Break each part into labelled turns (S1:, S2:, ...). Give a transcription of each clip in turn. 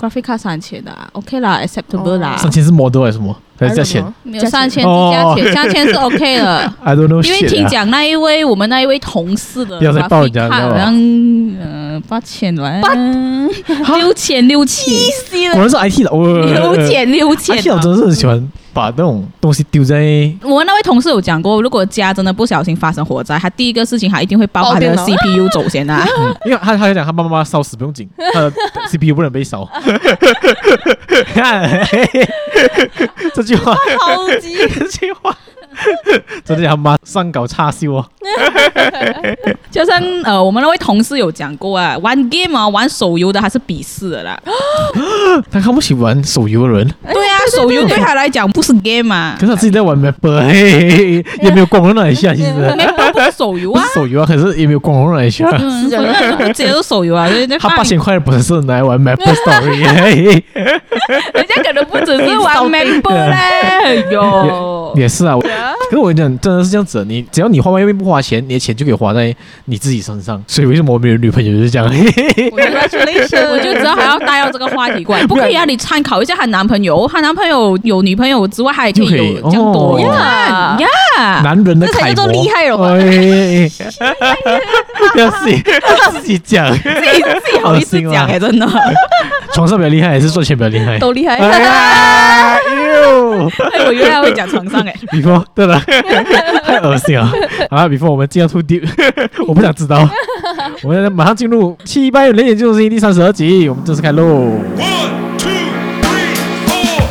S1: graphic card 三千的啊，OK 啦，acceptable 啦，
S2: 上千是 model 还是什么？还是价钱
S1: 没有三千是加
S2: 哦
S1: 钱，三 千是 OK 的。
S2: ？I don't know
S1: 因为
S2: shit
S1: 听
S2: 啊
S1: 讲那一位我们那一位同事的
S2: 不要再爆人
S1: graphic
S2: 家
S1: card
S2: 料
S1: 好
S2: 了
S1: 像呃八千来， 六千六千，
S2: 果然是 IT 的，我呃
S1: 六千六千
S2: IT 佬真的是很喜欢把那种东西丢在
S1: 我那位同事有讲过，如果家真的不小心发生火灾，他第一个事情他一定会爆他
S3: 爆电
S1: 的
S3: 脑
S1: CPU 走先 啊。
S2: 嗯因为他他就讲他妈妈烧死不用紧，他的 CPU 不能被烧。看嘿嘿这句 话，
S3: 超级
S2: 这句话，真的他妈上搞叉修啊！
S1: 就像呃，我们那位同事有讲过啊，玩 game 啊，玩手游的他是鄙视的啦。
S2: 他看不起玩手游的人，
S1: 对啊，手游对他来讲不是 game 啊
S2: 可是他自己在玩 map，嘿嘿嘿也没有光荣到哪里去啊，其实。
S1: ，map 不是手游
S2: 不
S1: 啊
S2: 是。手游啊，可是也没有光荣到哪里去啊。
S1: 嗯，所以我接受手游啊，人 家
S2: 他八千块的本事拿来玩 map story，嘿嘿
S1: 人家可能不只是玩 map 嘞，哎呦，
S2: 也 是啊。我可是我跟你讲，真的是这样子的，啊你只要你花外面不花钱，你的钱就可以花在你自己身上。所以为什么我没有女朋友就是这样？嘿嘿
S3: 我觉得
S1: 我就知道还要带到这个话题过来，不可以啊！你参考一下她男朋友，她男朋友有女朋友之外，还可以
S2: 就可以
S1: 有这样多
S2: 哦
S1: 呀呀！
S2: 男人的
S3: 啊这才
S2: 楷模，
S3: 叫做厉害了吧
S2: 哎哎哎 哎不要自己 自己讲，
S1: 自己自己好意思讲哎，真的
S2: 床上比较厉害还是赚钱比较厉害？
S3: 都厉害。
S2: 哎呀，哟
S1: 哎，我原来会讲床上哎，
S2: ，before 对了，太恶心了。好了，before 我们进到 too deep，我 不想知道。我们马上进入七八零点就是第三十二集，我们正式开喽。
S4: One, two, three, four.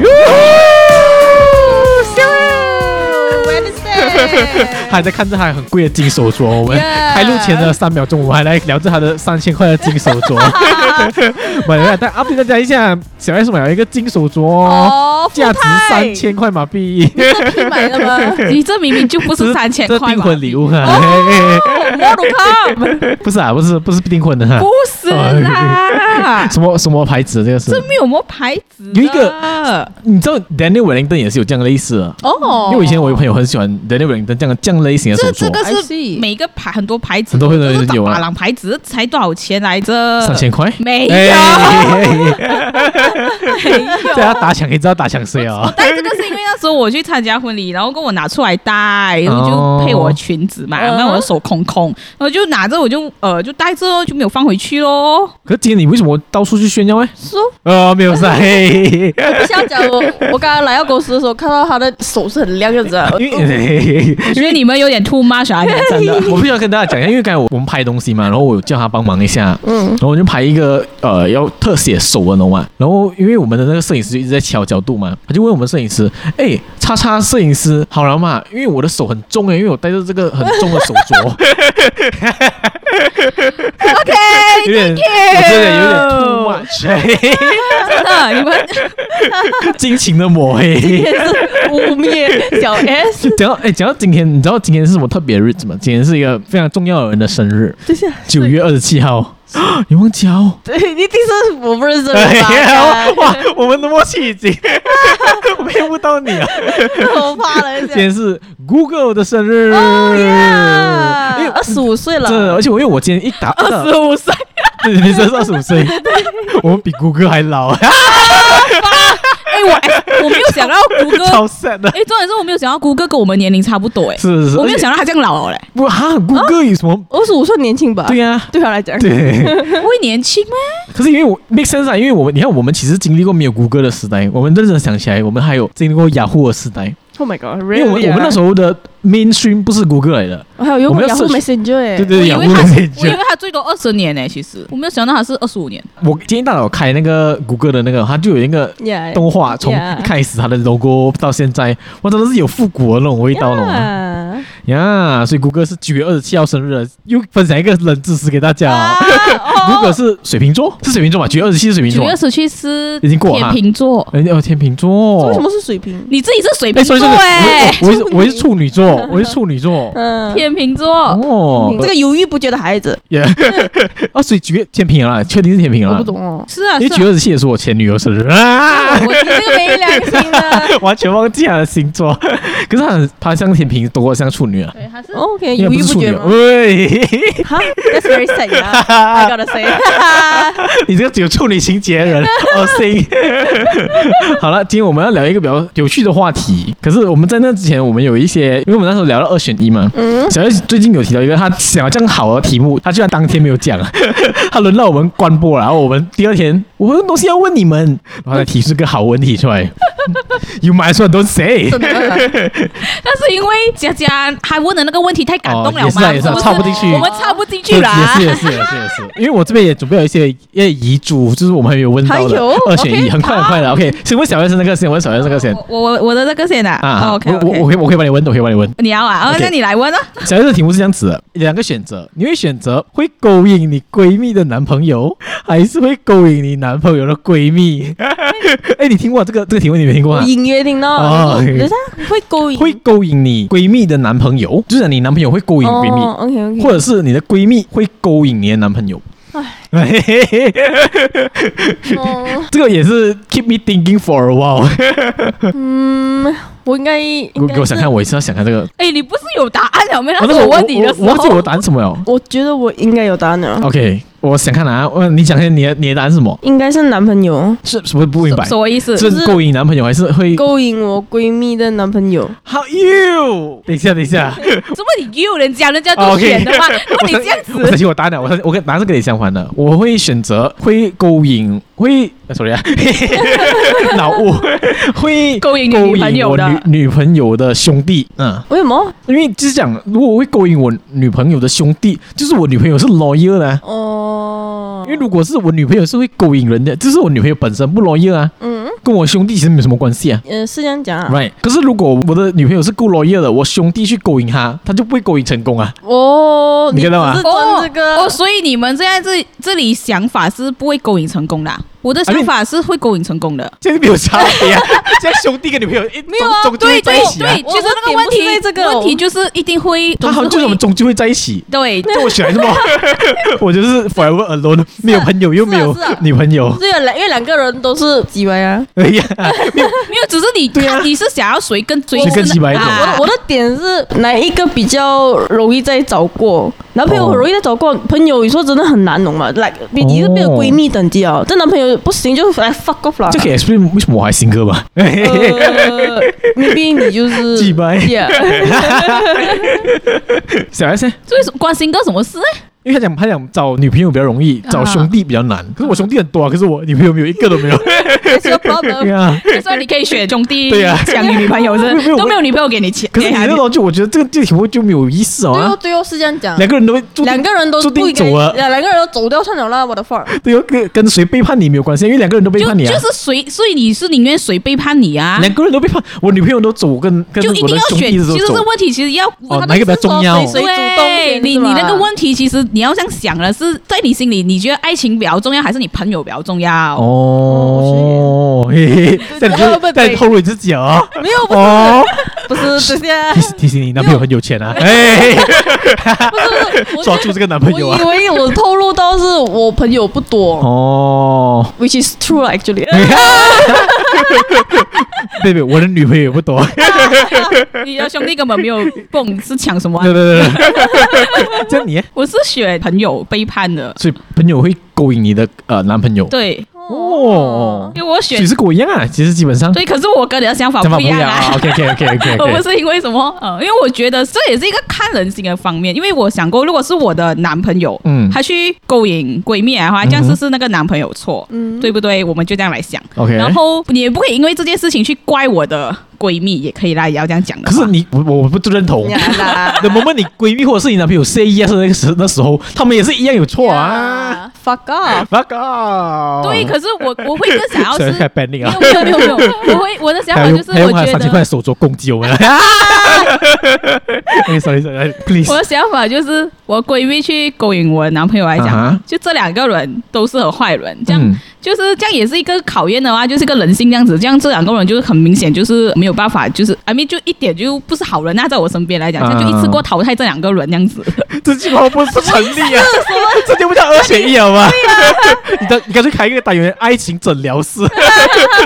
S2: 哟
S3: 对
S2: 还在看着他很贵的金手镯，我们
S3: Yeah
S2: 开录前的三秒钟，我们还来聊着他的三千块的金手 镯。买来，但 update 大家一下，小 S 买了一个金手镯，
S3: 哦，
S2: 价值三，千块马币，
S3: 买了吗？
S1: 你这明明就 不
S2: 这
S1: 是三千
S2: 这
S1: 块
S2: 订
S1: 嘛！
S2: 婚礼物啊！嘿 嘿
S1: 我都靠，
S2: 嘿不是啊，不是不是订婚的哈
S1: 不，是啦，
S2: 什么什么牌子这个是？
S1: 这没有什么牌子的，
S2: 有一你知道 Daniel Wellington 也是有这样类似的，
S3: 哦
S2: 因为我以前我有朋友很喜欢 Daniel Wellington 这样这样类型的手
S1: 这这
S2: 镯，
S1: 个
S3: I
S1: 是
S3: see
S1: 每个牌很多牌子，
S2: 很多会有
S1: 就是
S2: 人有
S1: 法
S2: 啊，
S1: 郎牌子才多少钱来着？
S2: 三千块。
S1: 没有，
S2: 哎，
S1: 没有
S2: 这。要打抢，你知道打抢谁
S1: 我
S2: 啊？
S1: 戴这个是因为那时候我去参加婚礼，然后跟我拿出来戴，然后
S2: 哦
S1: 就配我的裙子嘛，
S3: 嗯
S1: 那、我的手空空，然后就拿着我就呃就戴着咯，就没有放回去 咯。
S2: 可是今天你为什么到处去炫耀呢？
S3: 说
S2: 呃，没有噻，嘿嘿
S1: 哦
S2: 嘿
S3: 不想讲我，我刚刚来到公司的时候，看到他的手是很亮这样子啊，
S1: 哦
S2: 因为 嘿嘿嘿
S1: 我觉得你们有点 too much 啊，你们 真的。
S2: 我必须要跟大家讲一下，因为刚才我们拍东西嘛，然后我有叫他帮忙一下，
S3: 嗯
S2: 然后我就拍一个呃要特写手的，懂吗？然后因为我们的那个摄影师就一直在调角度嘛，他就问我们摄影师，哎，叉叉摄影师好了嘛？因为我的手很重哎、因为我戴着这个很重的手镯
S1: OK，
S2: 有点我觉得有点 too much，嘿嘿 嘿
S1: 真的，你们哎
S2: 尽情的抹黑。
S3: 也是污蔑 小 S。
S2: 就讲到哎，讲到今天，你知道今天是什么特别的日子吗？今天是一个非常重要的人的生日，
S3: 等一下，
S2: 九月二十七号。 你忘记了哦？
S3: 对，一定是我不认识
S2: 哎
S3: 人吧
S2: 呀，？哇，我们的默契已经 我没有误 到你啊！
S3: 我怕了，Oh,
S2: 今天是 Google 的生日，
S1: Oh,
S2: 因为
S3: 二十五岁了，
S2: 哎真的，而且我因为我今天一打二
S3: 十五岁，
S2: 对，你真是二十五岁，我们比 Google 还老，啊
S1: 哎、我哎、我没有想到谷歌，
S2: 超 sad 的。
S1: 哎、重点是我没有想到谷歌跟我们年龄差不多哎、
S2: 是是是，
S1: 我没
S2: 而
S1: 有
S2: 且
S1: 想到他这样老了哎嘞，
S2: 不哈，Google 有什么？
S3: 二十五岁年轻吧？
S1: 啊
S2: 对，呀，
S3: 对他来讲，
S2: 对。
S1: 不会年轻吗？
S2: 可是因为我 make sense 啊，因为我们你看，我们其实经历过没有谷歌的时代，我们认真想起来，我们还有经历过雅虎的时代，
S3: Oh my god！因
S2: 因为我们我们那时
S3: 候
S2: 候的 mainstream 不是谷歌来的，
S3: 啊还有用
S2: 我们
S3: 过
S2: 要
S3: Yahoo
S2: search-
S3: Messenger 哎，
S2: 对
S1: 我
S2: 对，
S1: 以
S2: 雅
S1: 为
S2: 虎的
S1: 他，我以
S2: messenger
S1: 为。他最多二十年呢、其实我没有想到他是二十五年。
S2: 我今天大早开那个谷歌的那个，它就有那个
S3: Yeah，
S2: 动画，从
S3: Yeah
S2: 一开始它的 logo 到现在，我真的是有复古的那种味道了。
S3: Yeah
S2: 呀所以谷歌是九月二十七号生日了，又分享一个冷知识给大家、
S1: 啊
S2: 哦。 谷歌是水瓶座，是水瓶座吧？九月二十七是水瓶
S1: 九
S2: 座
S1: 月。十七是
S2: 已经过了
S1: 天
S2: 哈
S1: 秤座，
S2: 哎哦，天秤座。
S3: 为什么是水瓶？
S1: 你自己是水
S2: 哎，
S1: 瓶
S2: 所
S1: 座
S2: 以这个
S1: 哎、
S2: 我我是我是处女 座，我是处女座。
S3: 嗯，
S1: 天秤座，
S2: 哦，
S3: 这个犹豫不决的孩子，
S2: 也啊，所以九月天平了啦，确定是天平了
S3: 我
S2: 啦
S3: 不。懂哦。
S1: 是啊
S2: 因为
S1: 是
S2: 九
S1: 啊，
S2: 月二十七也是我前女友生日啊，
S1: 我这个没良心的。
S2: 完全忘记她的星座。 可是她很她像天平多过像处女啊，
S1: 对，还是
S3: OK，
S2: 因
S3: 犹
S2: 为
S3: 豫
S2: 不是处
S3: 决
S2: 女。啊
S3: 吗？
S2: 喂，
S3: 哈，That's very sad 啊，I gotta say，
S2: 你这个只有处女情节的人， 恶心。好了，今天我们要聊一个比较有趣的话题。可是我们在那之前，我们有一些，因为我们那时候聊了二选一嘛。
S3: 嗯，
S2: 小月最近有提到一个她想这样好的题目，她居然当天没有讲， 她轮到我们关播了，然后我们第二天我有东西要问你们，然后再提出个好问题出来。You might as well don't say。
S3: 真的，
S1: 但是因为佳佳她问的那个问题太感动了嘛，
S2: 哦也是啊也是啊
S1: 我们
S2: 插不进去
S1: 我们插不进去啦。
S2: 也是也是也是也是，因为我这边也准备了一些一些遗嘱，就是我们还没有问到
S3: 还
S2: 的
S3: 有
S2: 二选一，
S3: OK，
S2: 很快很快的。OK，先问小月是那个先，问小月是那个先
S1: 我我我我的那个先啊
S2: 啊。
S1: ，OK
S2: 我我我
S1: OK，
S2: 可以我可以帮你问，我可以帮你问。
S1: 你要啊，哦
S2: OK
S1: 那你来问啊。
S2: 小月的题目是这样子的：两个选择，你会选择会勾引你闺蜜的男朋友，还是会勾引你男朋友的 闺蜜？哎，你听过这个这个题目？你没听过
S3: 我
S2: 啊？
S3: 隐约听
S2: 哦
S3: 到，
S2: ，OK
S3: 等一下会勾引，
S2: 会勾引你闺蜜的男朋友，就是你男朋友会勾引
S3: 哦
S2: 闺
S1: 哦
S2: 蜜，
S3: ，OK
S2: 或
S3: OK，
S2: 者是你的闺蜜会勾引你的男朋友。
S3: 哦
S2: 这个也是 keep me thinking for a while。
S3: 嗯，我应该，
S2: 我
S3: 应该
S2: 给我想
S3: 是
S2: 看，我也是要想看这个。
S1: 哎，你不是有答案了没？
S2: 啊
S1: 那
S2: 那
S1: 是
S2: 时候
S1: 问你的时
S2: 我我忘记我
S1: 候，
S2: 答案什么了。
S3: 我觉得我应该有答案了，
S2: OK，我想看答案。问你讲一下你的你的答案是什么？
S3: 应该是男朋友
S2: 是什么不明白？
S1: 什么意思？
S2: 是勾引男朋友还是会
S3: 勾引我闺蜜的男朋友，
S2: ？How you？等一下，等 一下，
S1: 怎么你诱人家人家
S2: 啊
S1: 都
S2: ，OK
S1: 选的嘛？那
S2: 我
S1: 你这样
S2: 我
S1: 子
S2: 相信我答案了。我相信我跟答案是跟你相反的。我会选择会勾引会啊，sorry 啊， 脑雾会
S1: 勾引你
S2: 勾
S1: 女朋
S2: 引
S1: 友
S2: 我
S1: 的
S2: 女女朋友的兄弟。嗯。
S3: 为什么？
S2: 因为就是讲，如果我会勾引我女朋友的兄弟，就是我女朋友是 loyal 的啊、
S3: 哦，
S2: 因为如果是我女朋友是会勾引人的，就是我女朋友本身不 loyal 啊，
S3: 嗯，
S2: 跟我兄弟其实没有什么关系啊。
S3: 呃，是这样讲啊，
S2: Right，可是如果我的女朋友是够 loyal 的，我兄弟去勾引她，她就不会勾引成功啊。
S3: 哦，
S2: 你看到吗
S3: 只是钻这个
S1: 哦，，所以你们现在这这里想法是不会勾引成功的啊。我的
S2: I mean-
S1: 想法是会勾引成功的。
S2: 这样就没有差别啊， 这样兄弟跟女朋友一
S3: 没有啊
S2: 终终究
S1: 对
S2: 会在
S1: 对
S2: 一起啊
S1: 对，。
S3: 我
S1: 其实那个
S3: 我
S1: 问题
S3: 点不是在这个
S1: 问题就是一定会，
S2: 他好像就是我
S1: 总是会
S2: 们终究会在一起。
S1: 对
S2: 这我选来什么？ 我就是啊 forever alone，没有朋友又没有
S3: 是啊是啊
S2: 女朋友。
S3: 对啊，两因为两个人都是几歪啊。
S2: 哎呀，
S1: 没有，只是你
S2: 对啊
S1: 看你是想要谁跟谁
S2: 谁
S1: 是
S2: 更
S1: 那
S2: 鸡巴一点
S1: 啊
S3: 我我的点是哪一个比较容易再找过？男朋友
S2: 哦
S3: 很容易再找过，朋友有时候真的很难懂嘛。like 你你是没有闺蜜等级啊，但男朋友不行就来 fuck off 啦
S2: 这。哦可以 explain 为什么我还 single 吧？哎
S3: 呃，maybe 你就是
S2: 鸡掰
S3: Yeah
S2: 小 S 呢
S1: 所以什关心个什么 事？
S2: 因为他讲他讲找女朋友比较容易，找兄弟比较难。可是我兄弟很多啊，可是我女朋友没有一个都没有。
S3: that's your
S2: 对
S3: problem。
S2: 啊，
S1: 所以你可以选兄弟，
S2: 对啊
S1: 抢你女朋友
S2: 没有没有
S1: 是都没有女朋友给你钱，哎
S2: 可哎是你
S1: 给你
S2: 那种就我觉得这个这个题目就没有意思
S3: 对
S2: 啊
S3: 哦，，对哦，是这样讲。
S2: 两个人都会注定
S3: 两个人都
S2: 注
S3: 不
S2: 定
S3: 应该
S2: 走了，，
S3: 两个人都走掉算了啦，我的 fuck。
S2: 对哦，跟跟谁背叛你没有关系，因为两个人都背
S1: 就
S2: 叛你啊
S1: 就，是谁，所以你是宁愿谁背叛你啊？
S2: 两个人都背叛，我女朋友都走，我跟跟
S1: 就一
S2: 我
S1: 定
S2: 的
S1: 要
S2: 兄
S1: 选，
S2: 弟都
S1: 其实这
S2: 走。
S1: 问题其实要。
S2: 哦，哪一个比较重要？
S3: 谁主动
S1: 对
S3: 先
S1: 你
S3: 是吧
S1: 你那个问题，其实你要这样想了，是在你心里，你觉得爱情比较重要，还是你朋友比较重要？
S2: 哦，嘿嘿，但你
S3: 会
S2: 就
S3: 不会
S2: 但你透露你自己哦。
S3: 没有，不是
S2: 哦，
S3: 不是， 等一下
S2: 提，醒提醒你男朋友很有钱啊，哎，
S3: 不是不是，我
S2: 抓住这个男朋友
S3: 我
S2: 啊
S3: 以。为我透露到是我朋友不多
S2: 哦，
S3: ，which is true actually。
S2: 对对，我的女朋友也不多。
S1: 你的兄弟根本没有蹦，是抢什么啊、
S2: 对对对对，这样你，
S1: 我是选朋友背叛的，
S2: 所以朋友会勾引你的呃男朋友。
S1: 对，
S2: 哦，
S1: 因为我
S2: 其
S1: 选
S2: 实跟我一样啊，其实基本上
S1: 对，可是我跟你的想法
S2: 想法
S1: 不一
S2: 不一
S1: 样
S2: 样
S1: 啊
S2: 啊。。OK OK OK
S1: 我
S2: OK
S1: 不
S2: OK。
S1: 是因为什么，呃，因为我觉得这也是一个看人性的方面，因为我想过，如果是我的男朋友，
S2: 嗯
S1: 他去勾引闺蜜的话，这样是不是那个男朋友错，
S3: 嗯
S1: 对不对？我们就这样来想。
S2: OK
S1: 然后你也不可以因为这件事情去怪我的闺蜜，也可以啦，也要这样讲的
S2: 可
S1: 话。
S2: 是你我我我不 认同。
S3: 啦
S2: The moment 你闺蜜或者是你男朋友 say yes 的那个时那时候，他们也是一样有错啊。
S3: ，fuck off！
S2: 报告。
S1: 对，可是我我会更想要
S2: 小
S1: 是
S2: 心开 banning 啊，
S1: 没有没有没有没有，我会我的想
S2: 还
S1: 法
S2: 用
S1: 就是
S2: 还用
S1: 我
S2: 他
S1: 觉
S2: 三
S1: 得
S2: 千块手镯攻击我们。 OK，sorry sorry，please，
S1: 我的想法就是，我闺蜜去勾引我男朋友来讲
S2: 啊哈
S1: 就这两个人都是很坏人，这样、
S2: 嗯
S1: 就是这样也是一个考验的话，就是一个人性这样子。这样这两个人就是很明显就是没有办法，就是 I mean 就一点就不是好人啊，在我身边来讲，这样就一次过淘汰这两个人这样子。
S2: 这句话不是成立啊，这就不叫二选一好吗？你的你干脆开一个单元爱情诊疗室，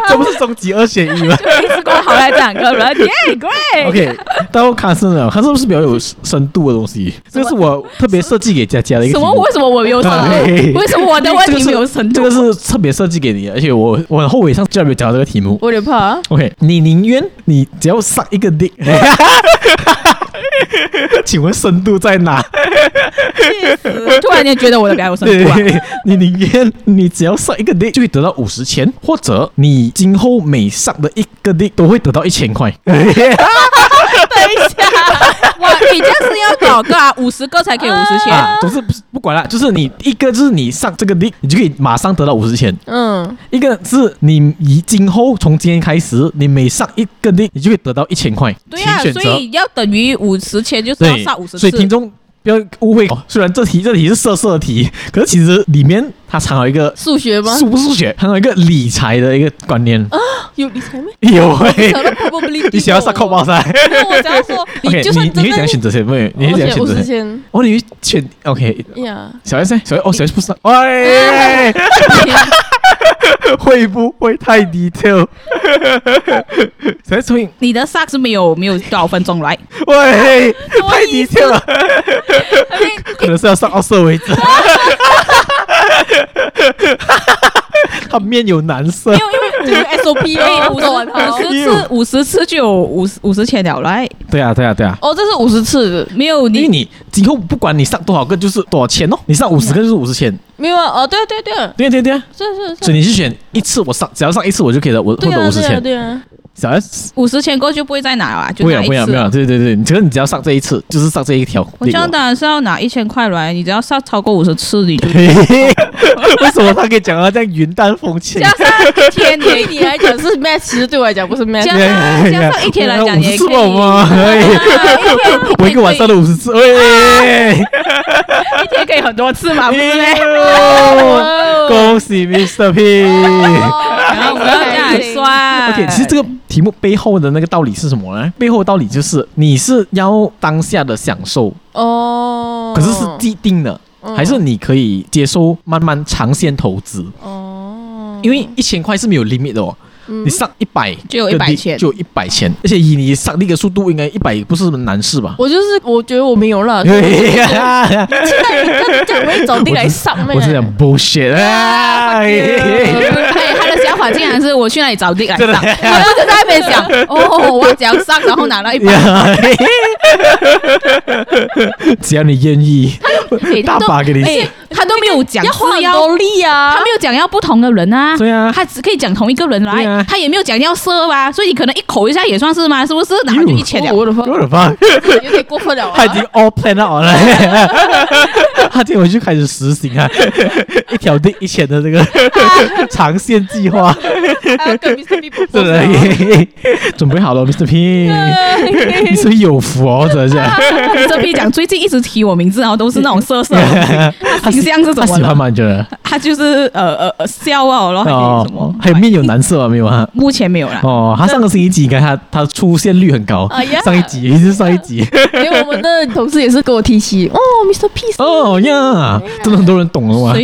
S2: 这不是终极二选一吗？
S1: 一次过淘汰这两个人，耶、great！
S2: OK，到卡森了，卡森是比较有深度的东西，这个是我特别设计给佳佳的一个
S1: 什
S2: 题目。
S1: 么？为什么我没有深
S2: 对
S1: 度？为什么我的问题没有深
S2: 这
S1: 度？
S2: 个是特别设计给你的，而且我我很后悔上次居然没有讲到这个题目。
S3: 我有点怕。
S2: OK，你宁愿你只要上一个 dick，请问深度在哪？
S1: 突然间觉得我的比较有深
S2: 对
S1: 度啊！，
S2: 你宁愿你只要上一个 dick 就会得到五十千，或者你今后每上的一个 dick 都会得到一 千块。
S1: 啊等一下，哇，你这样是要搞个啊？五十个才可以五十千，
S2: 啊，总之不是不管了，就是你一个就是你上这个 dick，你就可以马上得到五十千。
S3: 嗯，
S2: 一个是你以今后从今天开始，你每上一个 d 你就会得到一千块，
S1: 对啊，
S2: 请选
S1: 所
S2: 择
S1: 以要等于五十千，就是要
S2: 对
S1: 上五，十
S2: 所
S1: 次
S2: 以。听众不要误会，哦、虽然这题这题是色色的题，可是其实里面它藏有一个
S3: 数学吗？
S2: 数不数学，藏有一个理财的一个观念，
S3: 有理财没？
S2: 有诶，
S3: 想到 probability
S2: 你想要上扣包噻
S3: 没有，我想要 说，
S2: ？OK，
S3: 就
S2: 你
S3: 算
S2: 你
S3: 真的
S2: 会怎样选择谁？不会，你会怎样选
S3: 五
S2: 择
S3: 十
S2: 谁？
S3: 千
S2: 哦，你会选 OK。
S3: 呀，
S2: 小 S 呢？小 S 哦，小 S 不是，哎，会不会太 detail？小 S 会
S1: 你的 sax 没有没有多少分钟来，
S2: 喂，哎太
S1: 意
S2: 低
S1: 思
S2: 调了，可能是要上奥色为止。他面有难色，
S3: 因为就是 SOP
S1: 哎，
S3: 哦，
S1: 五
S3: 做完它
S1: 十五十
S2: 哎
S1: 次五十次就有五十五十千了来，
S2: 对啊，对啊，对啊。
S3: 哦，这是五十次，
S1: 没有
S2: 因为
S1: 你
S2: 哎你今后不管你上多少个就是多少钱哦，你上五十个就是五十钱，
S3: 没有啊？哦，对啊对啊对啊，
S2: 对啊对啊对啊，
S3: 是是
S2: 所
S3: 是，
S2: 以你是选一次我上，只要上一次我就可以了，我获
S3: 对
S2: 得
S3: 啊
S2: 五十
S3: 对啊
S2: 钱。
S3: 对啊，
S2: 小 S
S1: 五十千过就不会再拿了啊，就
S2: 不
S1: 拿
S2: 要
S1: 一
S2: 不要不
S1: 次
S2: 要，
S1: 啊。
S2: 对对对，你只要你只要上这一次，就是上这一条。
S1: 我这样当然是要拿一千块来，你只要上超过五十次， 你就
S2: 嘿嘿嘿 为什么他可以讲到啊这样云淡风 轻？
S1: 加上一天
S3: 对
S1: 你
S3: 你来讲是 match，其实对我来讲不是 match
S1: 加。上加上一天来讲也可以。哎
S2: 吗？哎 我一个晚上都五十次， 哎，
S1: 一天可以很多次嘛，啊 不是哦咩？
S2: 恭喜 Mr. P。
S1: 哦
S3: 哦
S1: 然哎后我要这样来算。
S2: OK，其实这个题目背后的那个道理是什么呢？背后的道理就是你是要当下的享受，
S3: 哦，
S2: 可是
S1: 嗯
S2: 是既定的，还是你可以接受慢慢长线投资？
S3: 哦，
S2: 因为一千块是没有 limit 的哦，你上一百
S1: 就有100千
S2: 就有一百千，而且以你上那个速度，应该一百不是什么难事吧？
S3: 我就是我觉得我没有 了，现在你跟讲会走地来上面，
S2: 我是讲 bullshit 啊！
S1: 哎，他的想法竟然是我去那里找地来上，
S2: 真
S1: 我
S2: 的
S1: 当时在那边想，哦，我要怎样上，然后拿到一
S2: 哎
S1: 百，
S2: 只要你愿意，
S1: 哎
S2: 大把给你
S1: 哎他都没有讲
S3: 要
S1: 是
S3: 花很
S1: 要，
S3: 多力啊
S1: 他，没有讲要不同的人啊，
S2: 对啊
S1: 他只可以讲同一个人
S2: 对啊
S1: 来，他也没有讲要色吧，所以你可能一口一下也算是吗？是不是？
S2: 哎
S1: 然后就一千 两，
S3: 我的妈，
S2: 我的妈，
S3: 有点过分了 啊，
S2: 他已经 all plan out 了， 他今天回去开始实行啊，一条定一千的这个长线计划，
S3: 还要跟 Mr. B 不
S2: 对
S3: 的，
S2: 的，哎准备好了，Mr. P，你 是不是有福哦，真的是。
S1: 这边讲最近一直提我名字，然后都是那种色色的东西，他形象是
S2: 他
S1: 怎么
S2: 喜欢
S1: 了？
S2: 吗？你觉得？
S1: 他就是呃呃呃笑啊，然后还有什么哎
S2: 哦？，还有面有难色吗？没有啊？
S1: 目前没有啦。
S2: 哦，他上个星期几，你看他他出现率很高
S3: 哎呀，
S2: 上一集也是上一集。
S3: 因为我们的同事也是跟我提起，哦，Mr. P，
S2: 哦呀，真的很多人懂了哇！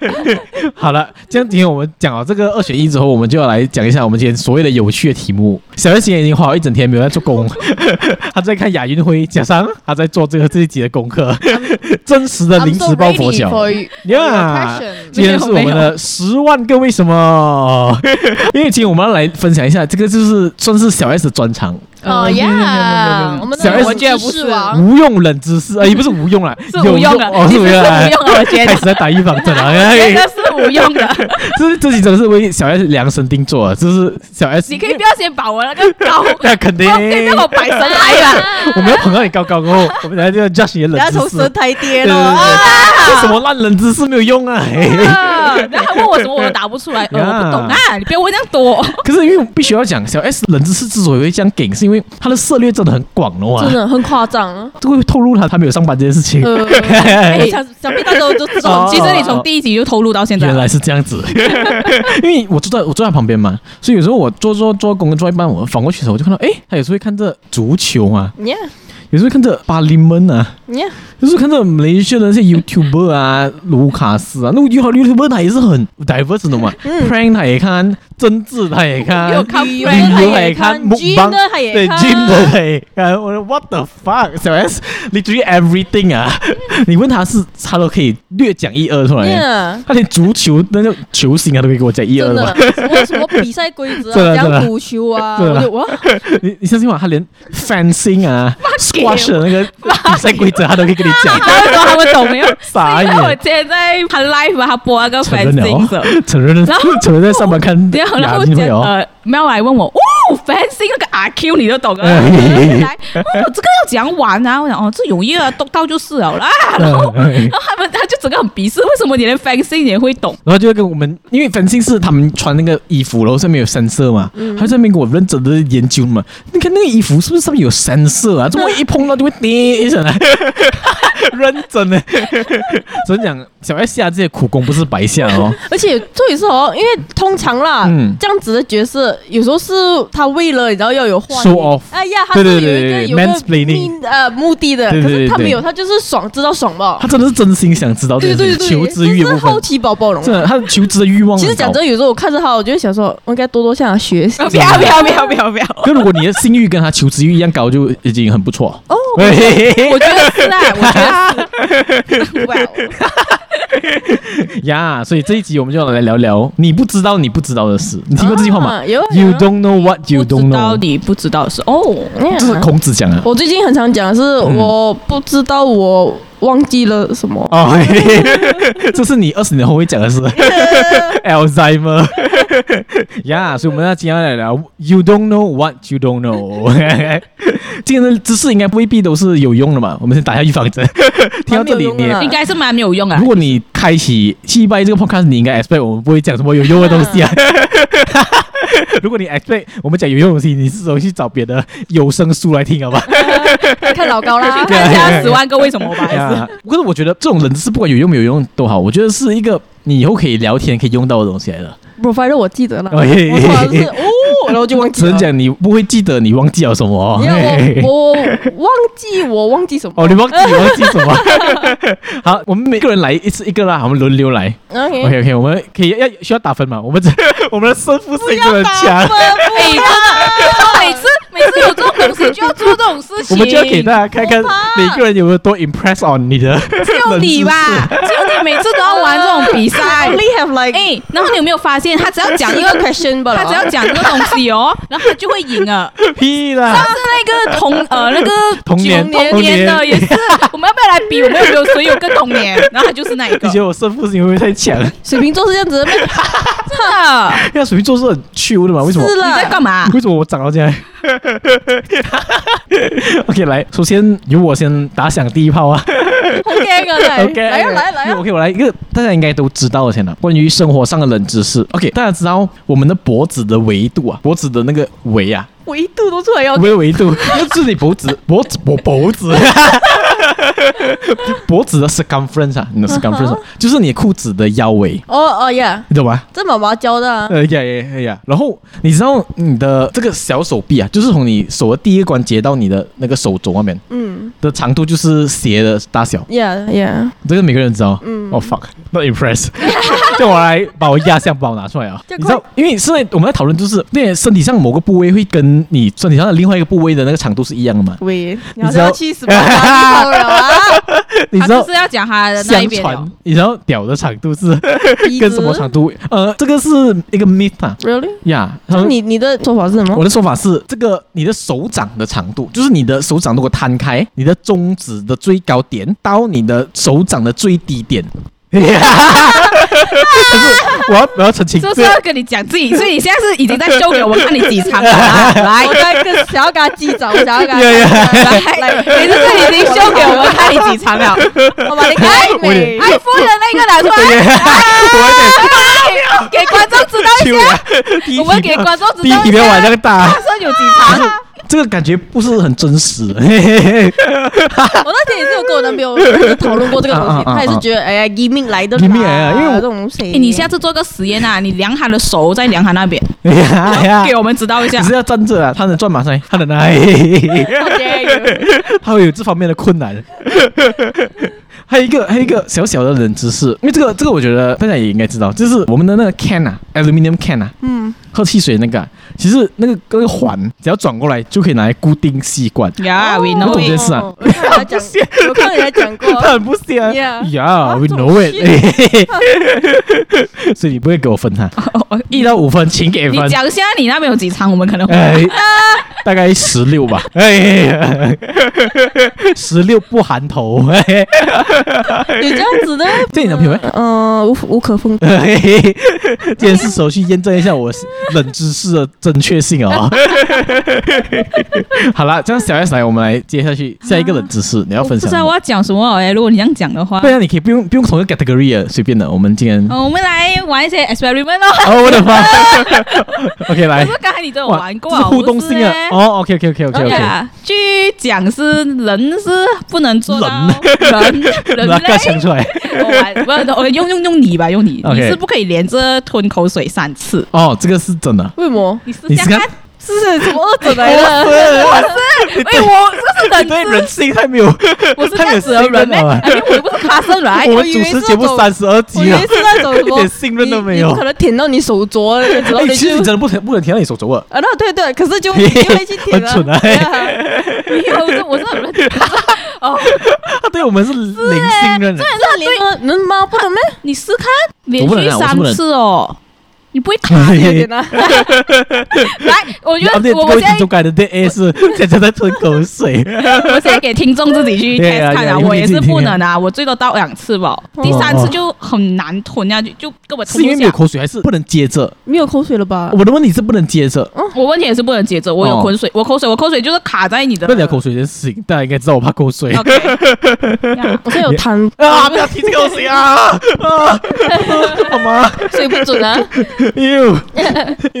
S2: 好了，这样今天我们讲了这个二选一之后，我们就要来讲一下我们今天所谓的有趣的题目。小月今天已经花了一整天没有在做工， 他在看亚运会，加上他在做这个这一集的功课， 真实的
S3: I'm
S2: 临
S3: so
S2: 时抱佛
S3: ready
S2: 脚。
S3: for you- for your
S2: 呀
S3: question，
S2: 今天是我们
S1: 没有没
S2: 的十万个为什么， 因为今天我们要来分享一下，这个就是算是小 S 的专场，
S3: 哦呀，我们
S2: 小 S
S3: 的知识王，
S2: 无用冷知识，哎，不是无用啦，
S1: 是无用的，
S2: 哦，是
S1: 其
S2: 无
S1: 实
S2: 用
S1: 是
S2: 啦
S1: 无用的，啊我觉
S2: 开
S1: 得
S2: 始在打预防 针了，
S1: 这
S2: 哎
S1: 个，是无用 的。
S2: 这这集真的是为小 S 量身定做啊，就是小 S，
S1: 你可以不要先把我那个高，不
S2: 那肯定，
S1: 要先让我摆神来
S2: 哎
S1: 了。
S2: 我们要捧到你高高过后，我们来 就要 judge 你的
S3: 不要
S2: 冷
S3: 从
S2: 知
S3: 舌
S2: 识，
S3: 苔跌
S2: 对对
S3: 了
S2: 对
S3: 啊！
S2: 对，这什么烂冷知识没有用啊，嘿嘿
S1: 的。 然后他问我什么，我都答不出 来，呃，我不懂啊，你不要问这样多。
S2: 可是因为我必须要讲，小 S 冷知识之所以会这样梗，是因为他的涉猎真的很广的哇，
S3: 真的很夸张啊。
S2: 这会透露他他没有上班这件事情。
S3: 呃，哎想想必大家都都知道
S2: 哦，
S1: 其实你从第一集就透露到现在
S2: 原
S1: 了，
S2: 来是这样子， 因为我坐在我坐在旁边嘛，所以有时候我做做做工做一半，我反过去的时候，我就看到，哎，他有时候会看着足球啊，
S3: ，yeah
S2: 有时候看着巴黎门啊，
S3: yeah，
S2: 有时候看着马来西亚的那些 YouTuber 啊， 卢卡斯啊，那 You YouTuber 他也是很 diverse 的嘛、
S3: 嗯
S2: p r a n k 他也看，政治他也看，
S1: 又看
S3: 旅游
S2: 旅游
S3: 他
S2: 他
S3: 也
S2: 也看
S3: 看
S2: ，mukbang
S3: ，gym 呢他也
S2: 对
S3: 看
S2: gym 的对，呃，我说 What the fuck，小 S literally everything 啊，你问他是他都可以略讲一二出来。
S1: 啊
S3: ，yeah。
S2: 他连足球那个球星啊都可以给我讲一二
S3: 真的，
S2: 了吧？
S3: 什么什么比赛规则啊，
S2: 真
S3: 怎
S2: 的真的
S3: 样赌球啊，
S2: 真的
S3: 我就哇，
S2: 你你相信吗？他连 fencing 啊、
S1: you
S2: squash 的那个比赛规则他都可以跟你 讲，
S1: 他们说他们啊懂没有？
S2: 傻
S1: 因为 我
S2: 眼，
S1: 今天在他 live 啊吧他播那个
S2: 哎承认了
S1: fencing 的
S2: 哦，承认了
S1: 然后，
S2: 承认在上班看
S1: 然后然
S2: 亚
S1: 后
S2: 运
S1: 讲
S2: 会哦，
S1: 呃，喵来问我，哦，fencing 那个 RQ 你都懂 啊？
S2: 哎
S1: 来，哦，这个要怎样玩啊？我讲哦，这有意啊，懂到就是了啦。然后
S2: 嗯哎
S1: 然后他们他就整个很鄙视，为什么你连 fencing 也会 懂？
S2: 然后就会跟我们，因为粉星是他们穿那个衣服，然后上面有深色嘛，
S3: 嗯
S2: 他在那边给我认真的研究嘛。你看那个衣服是不是上面有深色啊？怎么一碰到就会跌一下来？认真的，所以讲小 S 下这些苦功不是白下 哦。
S3: 而且这也是哦，因为通常啦
S2: 嗯，
S3: 这样子的角色有时候是他为了你知道要有话
S2: Show off
S3: 哎呀，他是
S2: 对
S3: 有一
S2: 对对
S3: 个
S2: 对
S3: 有个
S2: mansplaining
S3: 目呃目的的，
S2: 对
S3: 可
S2: 对对
S3: 是他
S2: 对
S3: 没有，他就是爽，知道爽吧
S2: 他？真的是真心想知道这
S3: 对
S2: 件
S3: 对
S2: 事
S3: 对，
S2: 情，求知欲
S3: 这
S2: 的
S3: 是
S2: 部
S3: 好
S2: 分，
S3: 奇宝宝龙啊。
S2: 真的，他的求知的欲望
S3: 其实
S2: 很
S3: 讲
S2: 高。
S3: 真，有时候我看着他，我就会想说，我应该多多向他学 习。
S1: 不要不要不要不要不要！
S2: 可如果你的性欲跟他求知欲一样高，就已经很不错哦。
S1: 我觉得是啊，我觉得
S3: 哦哇哦
S2: 呀所以这一集我们就来聊聊你不知道你不知道的事。你听过这句话吗
S3: 啊有啊有
S2: You
S3: 啊
S2: don't know what you
S1: 不
S2: don't
S1: 知道
S2: know，
S1: 你不知道是哦。
S3: Yeah
S2: 这是孔子讲啊的。
S3: 啊我最近很常讲的是，我不知道我忘记了什么。
S2: 哦， 嘿嘿嘿这是你二十年后会讲 的事，Alzheimer 呀所以我们要今天来聊 You don't know what you don't know。今天的知识应该未必都是有用的嘛，我们先打下预防 针。听到这里
S3: 蛮没有用
S2: 你
S3: 的啦
S1: 应该是蛮没有 用啊
S2: 如。果你开启击败这个 podcast，你应该 expect 我们不会讲什么有用的东 西啊。如果你 expect 我们讲有用的东西，你至少去找别的有声书来听，好吧？
S3: 看老高 啦，
S1: 看一下十万个为什么吧，
S3: 哎
S1: 还是
S2: 呀，可啊是我觉得这种冷知识不管有用没有用都好，我觉得是一个你以后可以聊天可以用到的东西来的。
S3: 不，反正我记得了，我
S2: 哎
S3: 突然是哦，然后就忘记
S2: 只能
S3: 了。
S2: 讲你不会记得你忘记了什么哦。
S3: 你看我我忘记我忘记什么
S2: 哦，你忘记你忘记什 么？好，我们每个人来一次一个啦，我们轮流来。
S3: ？OK，
S2: OK OK，我们可以要需要打分嘛？我们这我们的胜负
S3: 不
S2: 性真的很强。
S1: 啊哎，真的，每次每次有这种东西就要做这种事情，
S2: 我们就要给大家看看
S3: 我怕
S2: 每个人有没有多 impress on 你的
S1: 就你吧，就你每次都要玩这种比赛。
S3: Only have like
S1: 哎，然后你有没有发现，他只要讲
S3: 讲
S1: 一
S3: 一
S1: 个
S3: 个 question 吧，
S1: 他只要讲一个东西哦，然后他就会赢 了。
S2: 屁
S1: 上
S2: 啦！
S1: 次那个童呃那个
S2: 童年
S1: 九年
S2: 童
S1: 年
S2: 年
S1: 的也是，我们要不要来比我们有没有谁有更童年？然后他就是那一个
S2: 你觉，得我胜负心会不会太强？
S3: 水瓶座是这样子的咩，
S1: 真的。
S2: 因为属于做事很虚无的嘛？为什么？
S3: 是
S1: 你在
S3: 啦，
S1: 干嘛？
S2: 为什么我长到这样 ？OK，来，首先由我先打响第一炮啊
S3: 好惊啊！来
S2: ！OK，
S3: 来啊来啊来啊，
S2: ，OK，我来一个大家应该都知道的先啦，关于生活上的冷知识。OK，大家知道我们的脖子的维度啊，脖子的那个围啊，
S3: 维度都出来要
S2: 没有维度，就是你脖 子脖子脖脖子， 脖子的 circumference 啊，你的 circumference 啊 就是你裤子的腰围，
S3: 哦哦呀，
S2: 你懂吗？
S3: 这妈妈教的啊，
S2: 呃呀呀呀呀！然后你知道你的这个小手臂啊，就是从你手的第一个关节到你的那个手肘那边
S3: 嗯
S2: 的长度，就是鞋的大小，
S3: ，yeah yeah，
S2: 这个每个人知道。
S3: 嗯
S2: 哦、fuck，not impressed，叫 我来把我压箱宝拿出来啊！
S3: 这
S2: 你知道，因为现在我们在讨论就是，那身体上某个部位会跟你身体上的另外一个部位的那个长度是一样的嘛？
S3: 喂，你
S2: 你
S3: 好
S2: 知
S3: 像
S2: 道
S3: 要去死吧？你走了啊，
S2: 你
S1: 他
S2: 知道
S1: 啊就是要讲他的哦那一
S2: 相
S1: 边了
S2: 传，你知道屌的长度是
S3: 鼻
S2: 跟
S3: 子
S2: 什么长度？呃，这个是一个 myth 啊
S3: ？Really？
S2: 呀。他们
S3: 你你的做法是什么
S2: 我？的说法是，这个你的手掌的长度，就是你的手掌如果摊开，你的中指的最高点到你的手掌的最低点。 可是我要我要澄清，
S1: 就是
S2: 这
S1: 要跟你讲自 己，所以你现在是已经在秀给我们看你几场了啊，来
S5: 我。在跟想要跟他记仇，想要跟他
S2: Yeah,
S1: 来，
S5: 来，
S1: 你这个已经秀给我们看你几场 了，
S3: 哦
S5: 我把你开
S2: 我
S5: 美，
S3: 哎
S1: iPhone 的那个拿出来，哎给观众知道一
S2: 秋
S1: 下，
S2: 啊，第一
S1: 我们
S2: 题
S1: 给观众知
S2: 第一
S1: 道
S2: 题
S1: 一
S2: 不要玩
S1: 下，
S2: 那个大
S1: 他，说有几场，
S2: 这个感觉不是很 真实。 嘿嘿嘿
S5: 我那天也是有跟我男朋 友讨论过这个东
S2: 啊
S5: 西，
S2: 啊啊啊
S5: 他也是觉得哎呀，移民来的啦，
S2: 移民来啊因为我
S5: 这种东西，
S1: 哎，你下次做个实验啊，你量他的手，再量他那边，
S2: 哎呀哎呀
S1: 给我们知道一下
S2: 你 是。要站着啊，他能转马赛，他能哎，嘿嘿嘿
S5: 好 dare you
S2: 他会有这方面的困难。还有一个，还有一个小小的冷知识，因为这个这个我觉得大家也应该知道，就是我们的那个 can 啊，aluminium can 啊，
S3: 嗯，
S2: 喝汽水那个啊，其实那个那个环只要转过来就可以拿来固定吸管。
S1: 呀，we
S2: 懂
S1: know
S2: 这
S1: it。
S2: 件事啊
S5: 哦我看人家 讲，我看人家讲过，
S3: 哦
S2: 他 很不屑啊
S5: Yeah
S2: ，Yeah，we
S5: 这种
S2: know it，所以你不会给我分哈，一到五分请给
S1: 你
S2: 分，
S1: 讲一下你那边有几场，我们可能 会
S2: 哎，大概十六吧， 哎，十六不含头，哎，
S3: 有这样子的？
S2: 这你男朋友吗？
S3: 嗯，无无可奉告。
S2: 嘿嘿嘿 今天是时候去验证一下我冷知识的正确性 哦。好了，这样小 S 来，我们来接下去下一个哦冷知识，你要
S1: 我不
S2: 分
S1: 知
S2: 享
S1: 道
S2: 吗。
S1: 我要讲什么哎。如果你这样讲的话
S2: 不，然你可以不用不用同一个 category 了，随便的。我们今天
S1: 呃我们来玩一些 experiment 哦。
S2: 哦，我的妈 ！OK，来
S1: 可，是刚才你都有
S2: 哇
S1: 玩过
S2: 这是
S1: 啊，
S2: 哎互动性
S1: 我
S2: 啊
S1: 不是欸！
S2: 哦，OK，OK，OK，OK，OK，、
S1: 对啊，据讲是人是不能做到哦 人人
S2: 拿个
S1: 类
S2: 枪出来。
S1: 我玩不我用用用你吧，用你
S2: OK
S1: 你是不可以连着吞口水三次，
S2: 哦，这个是真的。
S3: 为什么？
S1: 你是
S2: 你
S1: 这
S2: 是
S1: 样
S2: 看
S1: 看？
S5: 是什么恶者来的？
S1: 哎， 我这是
S2: 你对
S1: 人
S2: 人
S1: 质，
S2: 性太没有，
S1: 我是这
S2: 太没有
S1: 样子的人
S2: 信任
S1: 类，
S2: 了
S1: 哎。我又不是卡森来，
S2: 哎我
S1: 我
S2: 们
S1: 以
S2: 主
S1: 为
S2: 持
S1: 是
S2: 节目
S1: 走
S2: 三十二
S3: 我
S2: 集
S3: 以
S2: 了
S3: 为，是那 种什
S2: 一
S3: 么
S2: 点信任都没有
S3: 你你不可能舔到你手镯，你知道
S2: 哎，
S3: 你
S2: 其实
S3: 就
S2: 你真的不能不能舔到你手肘啊！
S3: 啊，那对对，可 是就你就会去舔了。
S2: 很蠢啊
S3: 对啊，
S1: 没有，我是我是很认真哦，
S2: 他啊对我们是哎零信任的。
S3: 那连猫能猫不能咩？
S1: 你试看连
S2: 我不能
S1: 续
S2: 啊我是
S1: 三
S2: 不能
S1: 次哦，你不会卡
S2: 嘿
S3: 有
S2: 嘿
S3: 点啊，
S1: 来，我觉
S2: 啊对
S1: 得我
S2: 各
S1: 我现
S2: 位听
S1: 在
S2: 众刚才的 D A 是现在在吞口水，
S1: 我现在给听众自己去
S2: 对啊
S1: test 看
S2: 对啊
S1: 啊，
S2: 你
S1: 我
S2: 自己
S1: 也是
S2: 听啊
S1: 不能啊，我最多到两次吧，第三次就很难吞下去，就根本吞
S2: 是因为
S1: 不
S2: 没有
S1: 下。
S2: 口水还是不能接着？
S3: 没有口水了吧？
S2: 我的问题是不能接着，
S1: 我问题也是不能接着，我有
S2: 哦
S1: 口水，我口水，我口水就是卡在你的。
S2: 不能聊口水这件事情，大家应该知道我怕口水。
S1: OK，呀
S3: 我现在有痰，
S2: 啊！不要提这个东西啊！啊，好 吗？
S3: 水不准啊。
S2: 哟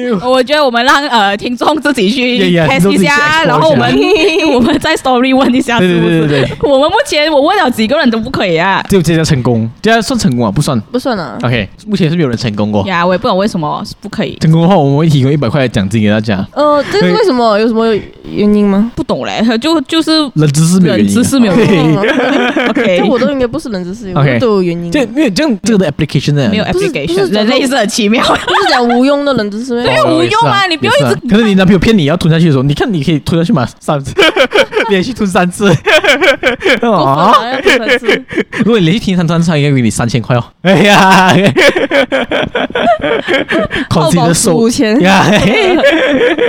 S2: 哟，
S1: 我觉得我们让呃听众自己 去
S2: Yeah, yeah，听
S1: test
S2: 众
S1: 一
S2: 自己去
S1: 下，
S2: explore
S1: 然后我们
S3: 一
S1: 我们 再 story 问一下
S2: 对
S1: 是不
S2: 对对
S1: 是？
S2: 对对，
S1: 我们目前我问了几个人都不可以啊。
S2: 只有这家成功，这家算成功啊？不算。
S3: 不算了，
S2: OK，目前是没有人成功过。
S1: 呀，我也不懂为什么是不可以，
S2: 成功的话，我们会提供一百块的奖金给大家。
S3: 呃，这是为什么？有什么原因吗？
S1: 不懂嘞， 就 就是
S2: 冷知识没有
S1: 冷
S2: 原因
S1: 知
S2: 啊。
S1: 识没有
S3: 嗯
S1: OK，
S3: 这我都应该不是冷知识，
S2: OK
S3: 我都有原因。
S2: 这因为这样这个的 application 呢，
S1: 没有
S3: 不是不
S1: application，
S3: 是
S1: 人类是很奇 妙。
S3: 不是讲无用的冷知识
S1: 对
S3: 咩？
S1: 啊
S2: 哦
S1: 无用啊
S2: 也是
S1: 你不要
S2: 也是啊
S1: 一直
S2: 可是你男朋友骗你要吞下去的时候，你看你可以吞下去嘛，三 次，连续吞三次。
S3: 啊
S2: 哦，，
S3: 要不冷知识
S2: 如果你连续听三三次，应该给你三千块哦。哎呀，
S3: 淘
S2: 控制你
S3: 宝
S2: 的
S3: 十
S2: 手
S3: 五。千，
S2: 呀 嘿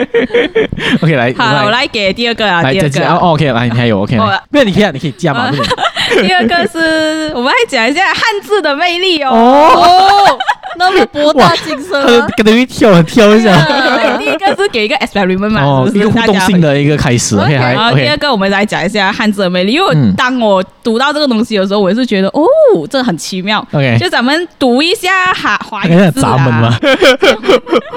S2: OK，来，
S1: 好，我
S2: 来，
S1: 来给第二个啊，
S2: 来
S1: 第
S2: 再
S1: 二
S2: 加
S1: 个，
S2: 哦，OK，来，你还有 OK，
S1: 好
S2: 来
S1: 啊
S2: 没有你可以啊，你可以加 嘛，
S1: 啊
S2: 不能
S1: 第二个是我们来讲一下汉字的魅力哦。
S2: 哦，
S3: 哦，那么博大精深
S2: 他
S3: 啊！
S2: 呃跟着一跳跳一下，
S1: 对第一个是给一个 experiment 嘛，
S2: 啊哦
S1: 是，不
S2: 一
S1: 是
S2: 个互动性
S1: 大家
S2: 的一个开始，OK，
S1: 然
S2: 还
S1: 后第二
S2: OK，
S1: 个我们来讲一下汉字的魅力，因为我
S2: 嗯
S1: 当我读到这个东西的时候，我也是觉得哦，这很奇妙。
S2: OK
S1: 就咱们读一下哈华
S2: 大
S1: 语
S2: 概在
S1: 字
S2: 砸门吗
S1: 啊，？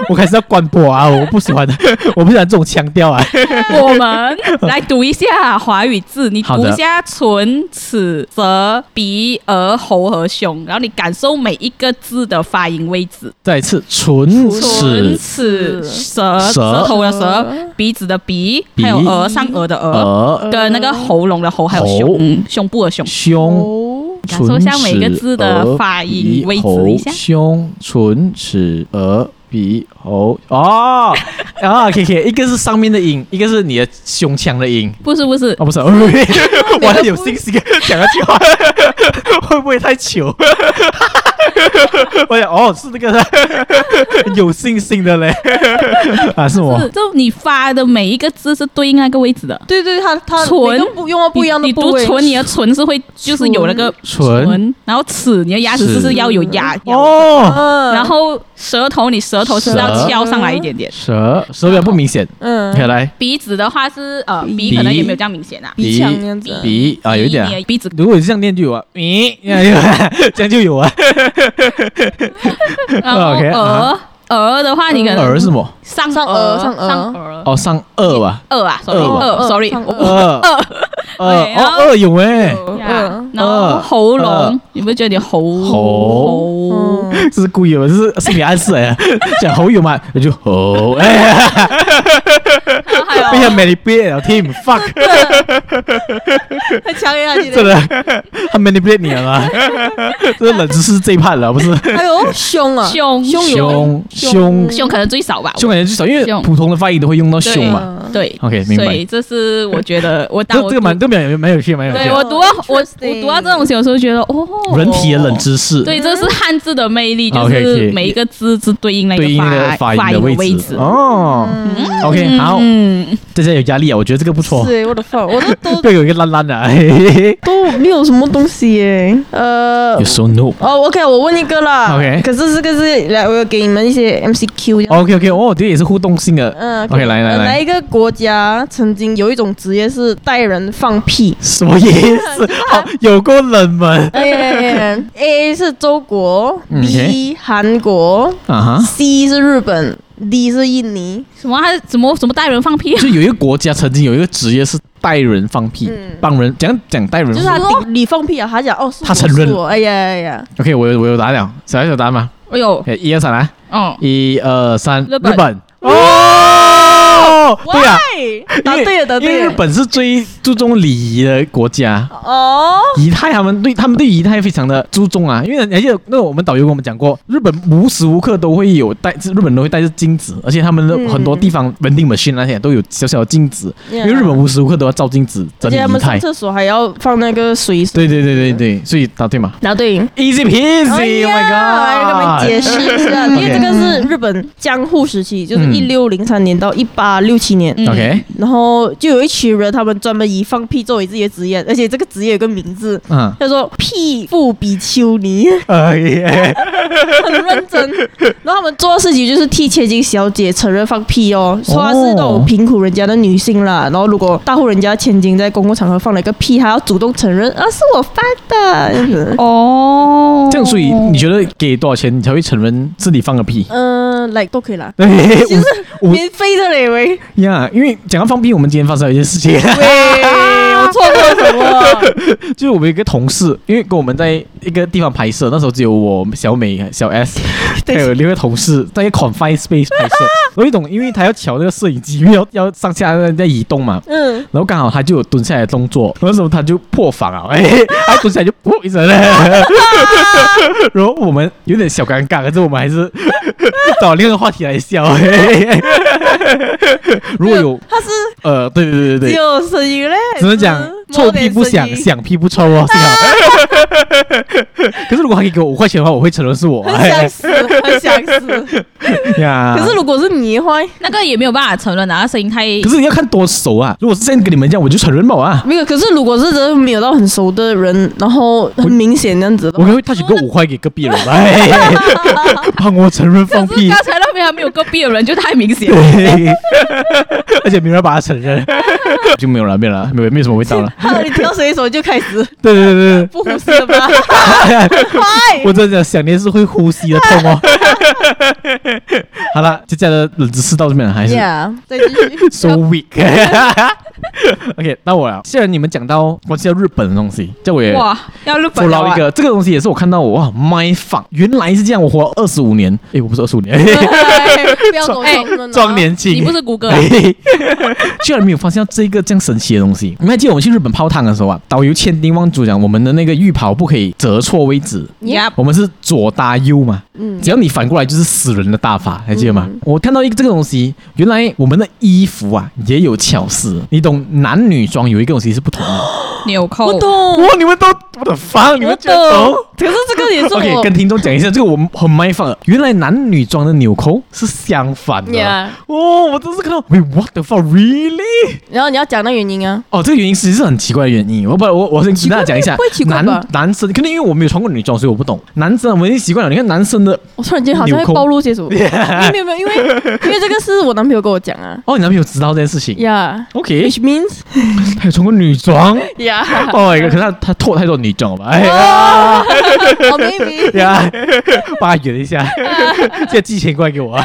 S2: 我开始要关播啊！我不喜欢， 我不喜欢这种腔调啊。
S1: 我们来读一下华语字，你
S2: 好
S1: 读
S2: 的
S1: 一下唇、齿、舌、鼻、额、喉和胸，然后你感受每一个字的发音位置。
S2: 再一次，唇
S1: 唇、
S2: 齿
S1: 齿、舌、
S2: 舌
S1: 舌头的舌、鼻子的鼻，
S2: 鼻
S1: 还有额上额的额，
S2: 额、
S1: 跟那个喉咙的喉，还有
S2: 喉
S1: 胸嗯胸部的胸。
S2: 胸、
S3: 哦，
S1: 感受
S2: 唇
S1: 一下每个
S2: 齿、
S1: 字的
S2: 额、
S1: 发
S2: 鼻
S1: 音位置一
S2: 喉、
S1: 下。
S2: 胸、唇、齿、额、鼻、喉。哦，啊，K K，一个是上面的音，一个是你的胸腔的音。
S1: 不是不是，
S2: 哦，不是， 我还有信心讲下去话，会不会太糗？ 我想哦，是那个有信心的嘞， 啊，是我
S1: 是，就你发的每一个字是对应那个位置的。
S3: 对对，他他
S1: 唇
S3: 每个不用到不一样的
S1: 你
S3: 部
S1: 读
S3: 位。
S1: 唇，你的唇是会就是有那个
S2: 唇
S1: 然后齿，你的牙齿是不是要有牙？咬
S2: 哦，
S3: 嗯，
S1: 然后舌头，你舌头是要
S2: 舌
S1: 翘上来一点点。
S2: 舌舌表不明显，
S3: 嗯
S2: 可以来
S1: 鼻子的话是呃，
S2: 鼻
S1: 鼻可能也没有这样明显啊。
S3: 鼻腔那样子
S2: 鼻啊有一
S1: 鼻
S2: 点啊
S1: 你的，鼻 子
S2: 如果是这样念就有啊，咦，这样就有啊 这样就有啊，
S1: 然后
S2: OK，
S1: 额
S2: 啊嗯
S1: 额的话，你可能
S2: 耳是什么？
S1: 上
S3: 上
S1: 颚
S3: 颚上颚
S1: 上颚
S2: 哦，上 颚吧，
S1: 二啊，sorry，
S2: 颚吧
S1: 二，sorry，
S3: 上颚
S1: 我不
S2: 颚颚
S1: 对然
S2: 哦
S1: 后
S2: 颚有哎，
S1: 呀
S3: 嗯
S1: 啊然后
S2: 二
S1: 喉咙
S2: 二，
S1: 你不觉得你喉
S2: 喉
S1: 喉
S3: 嗯
S2: 这是故意的吗，这 是心理暗示哎，讲喉有嘛，我就喉哎，
S1: 哦
S2: 被他 manipulate 了，team fuck。
S3: 太强烈 了，你
S2: 真
S3: 的。
S2: 的，他 manipulate 你 了吗？这冷知识这一判了，不是？
S3: 哎呦，胸啊，
S1: 胸
S3: 胸有
S2: 胸胸
S1: 胸可能最少吧，
S2: 胸感觉最少，因为
S1: 胸
S2: 普通的发音都会用到
S1: 对
S2: 胸嘛。
S3: 嘛，
S1: 对
S2: OK，明
S1: 所
S2: 白
S1: 以。这是我觉得我
S2: 这
S1: 当我
S2: 这个蛮
S1: 读
S2: 这个蛮有蛮有趣，蛮有趣
S1: 对
S2: 的。
S1: 我读到我我
S3: Interesting
S1: 读到这种东西，有时候觉得哦，
S2: 人体的冷知识，
S1: 对，这是汉字的魅力，就
S2: OK，OK
S1: 是每一个字是对应那个
S2: 对应那个
S1: 发
S2: 音
S1: 的
S2: 的
S1: 位
S2: 置。哦，OK，好，
S1: 嗯，
S2: 大家有压力啊，我觉得这个不错。
S3: 是我的 fuck，我都都
S2: 队友一个烂烂的嘿嘿嘿
S3: 都没有什么东西耶。呃
S2: ，You，so noob。
S3: 哦，OK，我问一个啦。
S2: OK
S3: 可是这个是来，我有给你们一些 MCQ 这样。
S2: OK OK，哦，这个也是互动性的。
S3: 嗯
S2: OK，来来
S3: 呃哪
S2: 来
S3: 一，个国家曾经有一种职业是带人放屁？
S2: 什么意思？ 好，有够冷门
S3: 哎呀呀呀，A 是中国
S2: 嗯
S3: ，B 韩国
S2: 啊哈！
S3: ，C 是日本，D 是印尼。
S1: 什么？他怎么怎么带人放屁啊？
S2: 就有一个国家曾经有一个职业是带人放屁，
S3: 嗯
S2: 帮人讲讲带人
S3: 就是他顶你放屁啊，他讲哦，是我
S2: 嗯他承认
S3: 是我哎呀哎呀，
S2: OK，我有我有答案了，小小答案
S3: 哦
S2: 吗？
S1: 哎呦，
S2: 哎，一二三来，
S1: 嗯，
S2: 一二三，
S1: 日本
S2: 哦，对呀、啊，
S3: 喂
S2: 因
S3: 答
S2: 为
S3: 对了，答
S2: 因为
S3: 对
S2: 日
S3: 了。
S2: 本是最注重礼仪的国家。
S3: 哦，
S2: 仪态，他们对他们对仪态非常的注重啊，因为而且那个我们导游跟我们讲过，日本无时无刻都会有带，日本都会带着镜子，而且他们的
S3: 嗯
S2: 很多地方 vending machine 那些都有小小的镜子，
S3: 因
S2: 因为日本无时无刻都要照镜子
S3: 啊而
S2: 整理
S3: 且他
S2: 仪
S3: 们上
S2: 态。
S3: 厕所还要放那个水，
S2: 对对对对对，所以答对嘛
S3: 答对。
S2: ，easy
S3: 嗯哎
S2: peasy，Oh
S3: 呀来跟我
S2: my
S3: 们
S2: god，
S3: 解释一 下，因
S2: OK
S3: 为这个是日本江户时期，就是
S2: 嗯
S3: 一六零三年到一八六七年，
S1: 嗯
S2: OK，
S3: 然后就有一群人，他们专门以放屁作为自己的职业，而且这个职业有个名字。
S2: 嗯，
S3: 叫做屁腹比丘尼，
S2: 哎耶，
S3: 很认真。然后他们做的事情就是替千金小姐承认放屁哦，说她是那种贫苦人家的女性啦。然后如果大户人家千金在公共场合放了一个屁，还要主动承认啊是我放的。这样子
S1: 哦，
S2: 这样，所以你觉得给多少钱你才会承认自己放个屁？
S3: 嗯，来都可以啦，
S2: 对，我
S3: 免费的嘞喂。
S2: 呀，因为讲到放屁，我们今天发生了一件事情，
S3: 喂，我错过什 么？
S2: 就是我们有一个同事，因为跟我们在一个地方拍摄，那时候只有我、小美、小 S，还有另外一个同事在一个 confine space 拍摄。我一懂，因为他要调那个摄影机，因为要要上下在移动嘛，
S3: 嗯，
S2: 然后刚好他就有蹲下来的动作，那时候他就破防了，哎，他蹲下来就噗一声嘞，然后我们有点小尴尬，可是我们还是 找另一个话题来笑。哎、如果有
S3: 他是
S2: 呃，对对
S3: 只
S2: 对对，
S3: 有声音嘞，
S2: 只能讲臭屁不响，
S3: 想，
S2: 响屁不抽 哦，幸好。 可是如果他可以给我五块钱的话，我会承认是我。哎
S3: 很想死，很想 死。
S2: 呀
S3: 可是如果是你的话，
S1: 那个也没有办法承认啊，那声音太
S2: 可是你要看多熟啊！如果是这样跟你们讲，我就承 认了啊。
S3: 没有，可是如果是真的没有到很熟的人，然后很明显这样子的
S2: 我
S3: 话，
S2: 可能会他去给我五块给隔壁人， 哎，帮我承认放
S1: 可是
S2: 屁，
S1: 刚才那边还没有个逼的人就太明显 了。
S2: 对，而且没人把他承 认，就没有了，没有了，没有没有什么味道了。
S3: 哈，你听到声音的时候就开 始
S2: 对对对对
S3: 不呼吸了吧？
S2: 对， 我真的想念是会呼吸的痛哦。 好了，就这样的冷知识到这边了，还是
S3: Yeah，再继续。
S2: so weak 。OK，那我了。既然你们讲到关系到日本的东西，这我也
S1: 啊哇，要日
S2: 说
S1: 本了
S2: 到
S1: 啊
S2: 一个，这个东西也是我看到我哇，my fuck，原来是这样，我活二十五年，诶，我不是二十五年，
S3: 哎不要走
S1: 哎
S3: 中了呢
S2: 装年轻，
S1: 你不是谷歌啊，
S2: 嘿， 居然没有发现到这个这样神奇的东西。你们还记得我们去日本泡汤的时候啊，导游千叮万嘱讲，我们的那个浴袍不可以折错位置，
S1: 呀，
S2: 我们是左搭右嘛，
S3: 嗯
S2: 只要你反过来就是死人的大法，还记得吗？
S3: 嗯
S2: 我看到一个这个东西，原来我们的衣服啊也有巧思，你懂男女装有一个东西是不同的。
S1: 纽扣，
S3: 我懂，
S2: 哇，你们都我的 fuck，你
S3: 哦
S2: 们
S3: 我
S2: 居然懂
S3: 懂。可是这个也是我
S2: OK，跟听众讲一下，这个我们很卖放的。原来男女装的纽扣是相反的。
S3: Yeah
S2: 哦，我真是看到，Wait what the fuck really？
S3: 然后你要讲那原因啊，
S2: 哦，这个原因其实是很奇怪的原因。我不，我我先跟大家讲一下
S3: 不会奇，怪
S2: 男
S3: 吧
S2: 男生可能因为我没有穿过女装，所以我不懂。男生啊我已经习惯了，你看男 生的，
S3: 我突然间好像
S2: 纽
S3: 会
S2: 扣
S3: 暴露些什么，没有没有没有，因为因为这个是我男朋友跟我讲啊
S2: 哦，你男朋友知道这件事情。
S3: ，Yeah，which
S2: OK，
S3: means
S2: 他有穿过女装。
S3: Yeah，
S2: 哦，可是他他脱太多女装了吧？哎呀哎
S3: 哦哦，maybe
S2: 呀，八元一下，现在寄钱过来给我啊！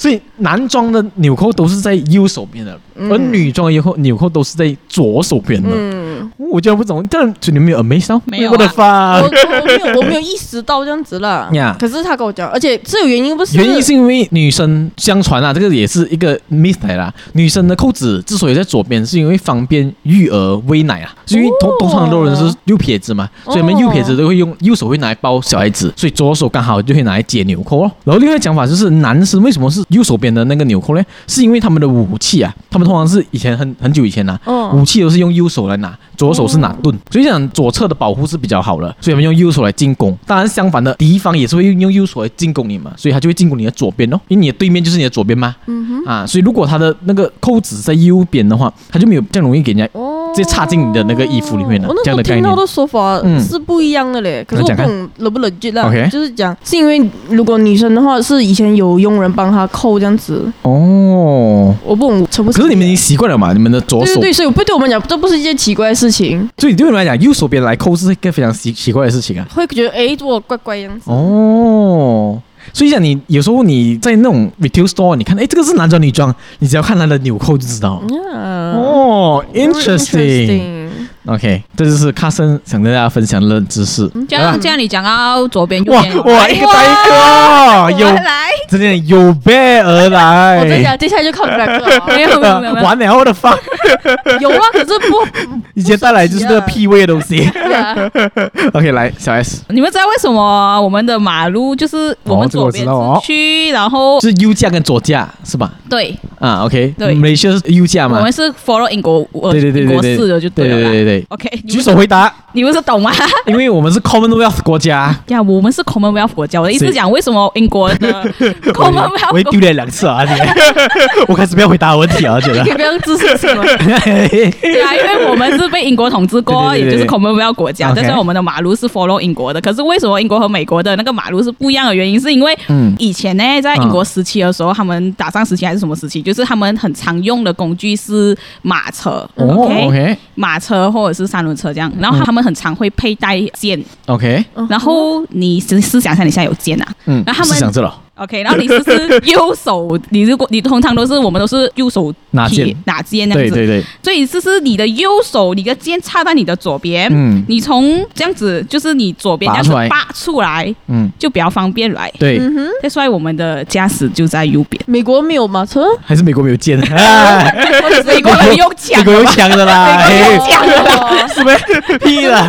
S2: 所以男装的纽扣都是在右手边的，而女装的纽扣纽扣都是在左手边的。哦
S3: 嗯，
S2: 我就不懂，但你们没有 amaze 到？
S1: 没有啊
S2: 我的
S3: 我
S2: 发
S3: 我，没有我没有意识到这样子啦
S2: Yeah
S3: 可是他跟我讲，而且这有原因不是，
S2: 原因是因为女生相传啊，这个也是一个 myth 来啦。女生的扣子之所以在左边，是因为方便育儿喂奶啊，是因为通
S3: 哦
S2: 通常很多人是右撇子嘛，所以我们右撇子都会用右手会拿来包小孩子，所以左手刚好就会拿来解纽扣咯。然后另外一个讲法就是，男生为什么是右手边的那个纽扣呢？是因为他们的武器啊，他们通常是以前很很久以前啊呐、
S3: 嗯哦
S2: 武器都是用右手来拿，左手是拿盾，所以讲左侧的保护是比较好的，所以我们用右手来进攻。当然，相反的敌方也是会用用右手来进攻你嘛，所以他就会进攻你的左边哦，因为你的对面就是你的左边嘛。嗯哼。啊，所以如果他的那个扣子在右边的话，他就没有这样容易给人家
S3: 哦
S2: 直接插进你的那个衣服里面了啊
S3: 我那
S2: 这
S3: 时
S2: 样
S3: 候
S2: 的概
S3: 听
S2: 念
S3: 到的说法
S2: 嗯
S3: 是不一样的嘞，可是我
S2: 那
S3: 不
S2: 讲看
S3: 懂冷不冷静啦
S2: OK，
S3: 就是讲是因为如果女生的话，是以前有佣人帮她扣这样子，
S2: 哦。
S3: 我不懂成不成立啊。
S2: 可是你们已经习惯了嘛，你们的左
S3: 对
S2: 手
S3: 对对，所以不对我们讲，这不是一件奇怪的事情，
S2: 所以对你们来讲，右手边来扣是一个非常奇奇怪的事情啊。
S3: 会觉得哎，我怪怪样子。
S2: 哦，所以讲你有时候你在那种 retail store，你看，哎，这个是男装女装，你只要看它的纽扣就知道。
S1: 嗯
S3: 哦
S2: 哦，interesting。OK，这就是卡森想跟大家分享的冷知识。
S1: 嗯这样这样你讲到左边右
S2: 哇
S1: 边好了，
S2: 哇，一个哎搭一个，有
S1: 来，
S2: 真的有备而
S3: 我在
S2: 来。
S3: 想，接下来就靠你们两个 了
S1: 没有没有没有没有，
S2: 完了，我 的发，
S3: 有啊，可是不
S2: 以前带来就是那个屁味的东 西。
S3: 对啊
S2: OK，来，小 S
S1: 你们知道为什么我们的马路就是我们
S2: 哦这个
S1: 左
S2: 我知
S1: 边
S2: 道哦
S1: 是区，然后
S2: 是右架跟左架是吧？
S1: 对，
S2: 啊，OK，
S1: 对
S2: 马来西亚是右架
S1: 我
S2: 嘛
S1: 们？是 follow 英国呃
S2: 对对对
S1: 英
S2: 对
S1: 国
S2: 对，
S1: 式的就
S2: 对
S1: 了
S2: 对
S1: 啦。
S2: 对对。
S1: OK，你
S2: 举
S1: 们
S2: 手回答，
S1: 你们是懂 吗？
S2: 因为我们是 Commonwealth 国家，
S1: 呀，我们是 Commonwealth 国家，我的意思
S2: 是
S1: 是讲为什么英国的 Commonwealth
S2: 我也
S1: 国
S2: 丢脸两次啊！你，我开始不要回答问题啊，觉得
S3: 可以。不要自私是吗？，
S1: 对啊，因为我们是被英国统治过，
S2: 对对对对
S1: 也就是 Commonwealth 国家，
S2: OK
S1: 但是我们的马路是 follow 英国的。可是为什么英国和美国的那个马路是不一样的原因，是因为
S2: 嗯
S1: 以前呢，在英国时期的时候，他们打仗时期还是什么时期，就是他们很常用的工具是马车
S2: 哦
S1: ，OK，
S2: ，OK 嗯
S1: 马车或者是三轮车这样，然后他们很常会佩戴剑，
S2: OK，
S1: 然后你试试想一下，你现在有剑啊，
S2: 嗯，
S1: 那他们
S2: 是想这了，
S1: OK，然后你是不是右手，你如果你通常都是我们都是右手
S2: 拿
S1: 提
S2: 剑
S1: 拿剑这样
S2: 对
S1: 子，
S2: 对对，
S1: 所以就是你的右手，你的剑插在你的左边，
S2: 嗯
S1: 你从这样子就是你左边这
S2: 拔
S1: 样子
S2: 出来
S1: 拔出来
S2: 嗯，
S1: 就比较方便来。
S2: 对，
S1: 再说来我们的驾驶就在右边
S3: 美国没有马车，
S2: 还是美国没 有剑，哎
S1: 美国人用抢
S2: 美国有枪的啦，
S1: 美
S2: 哎
S1: 国有抢
S3: 哦
S1: 的，
S2: 是呗，哎屁啦。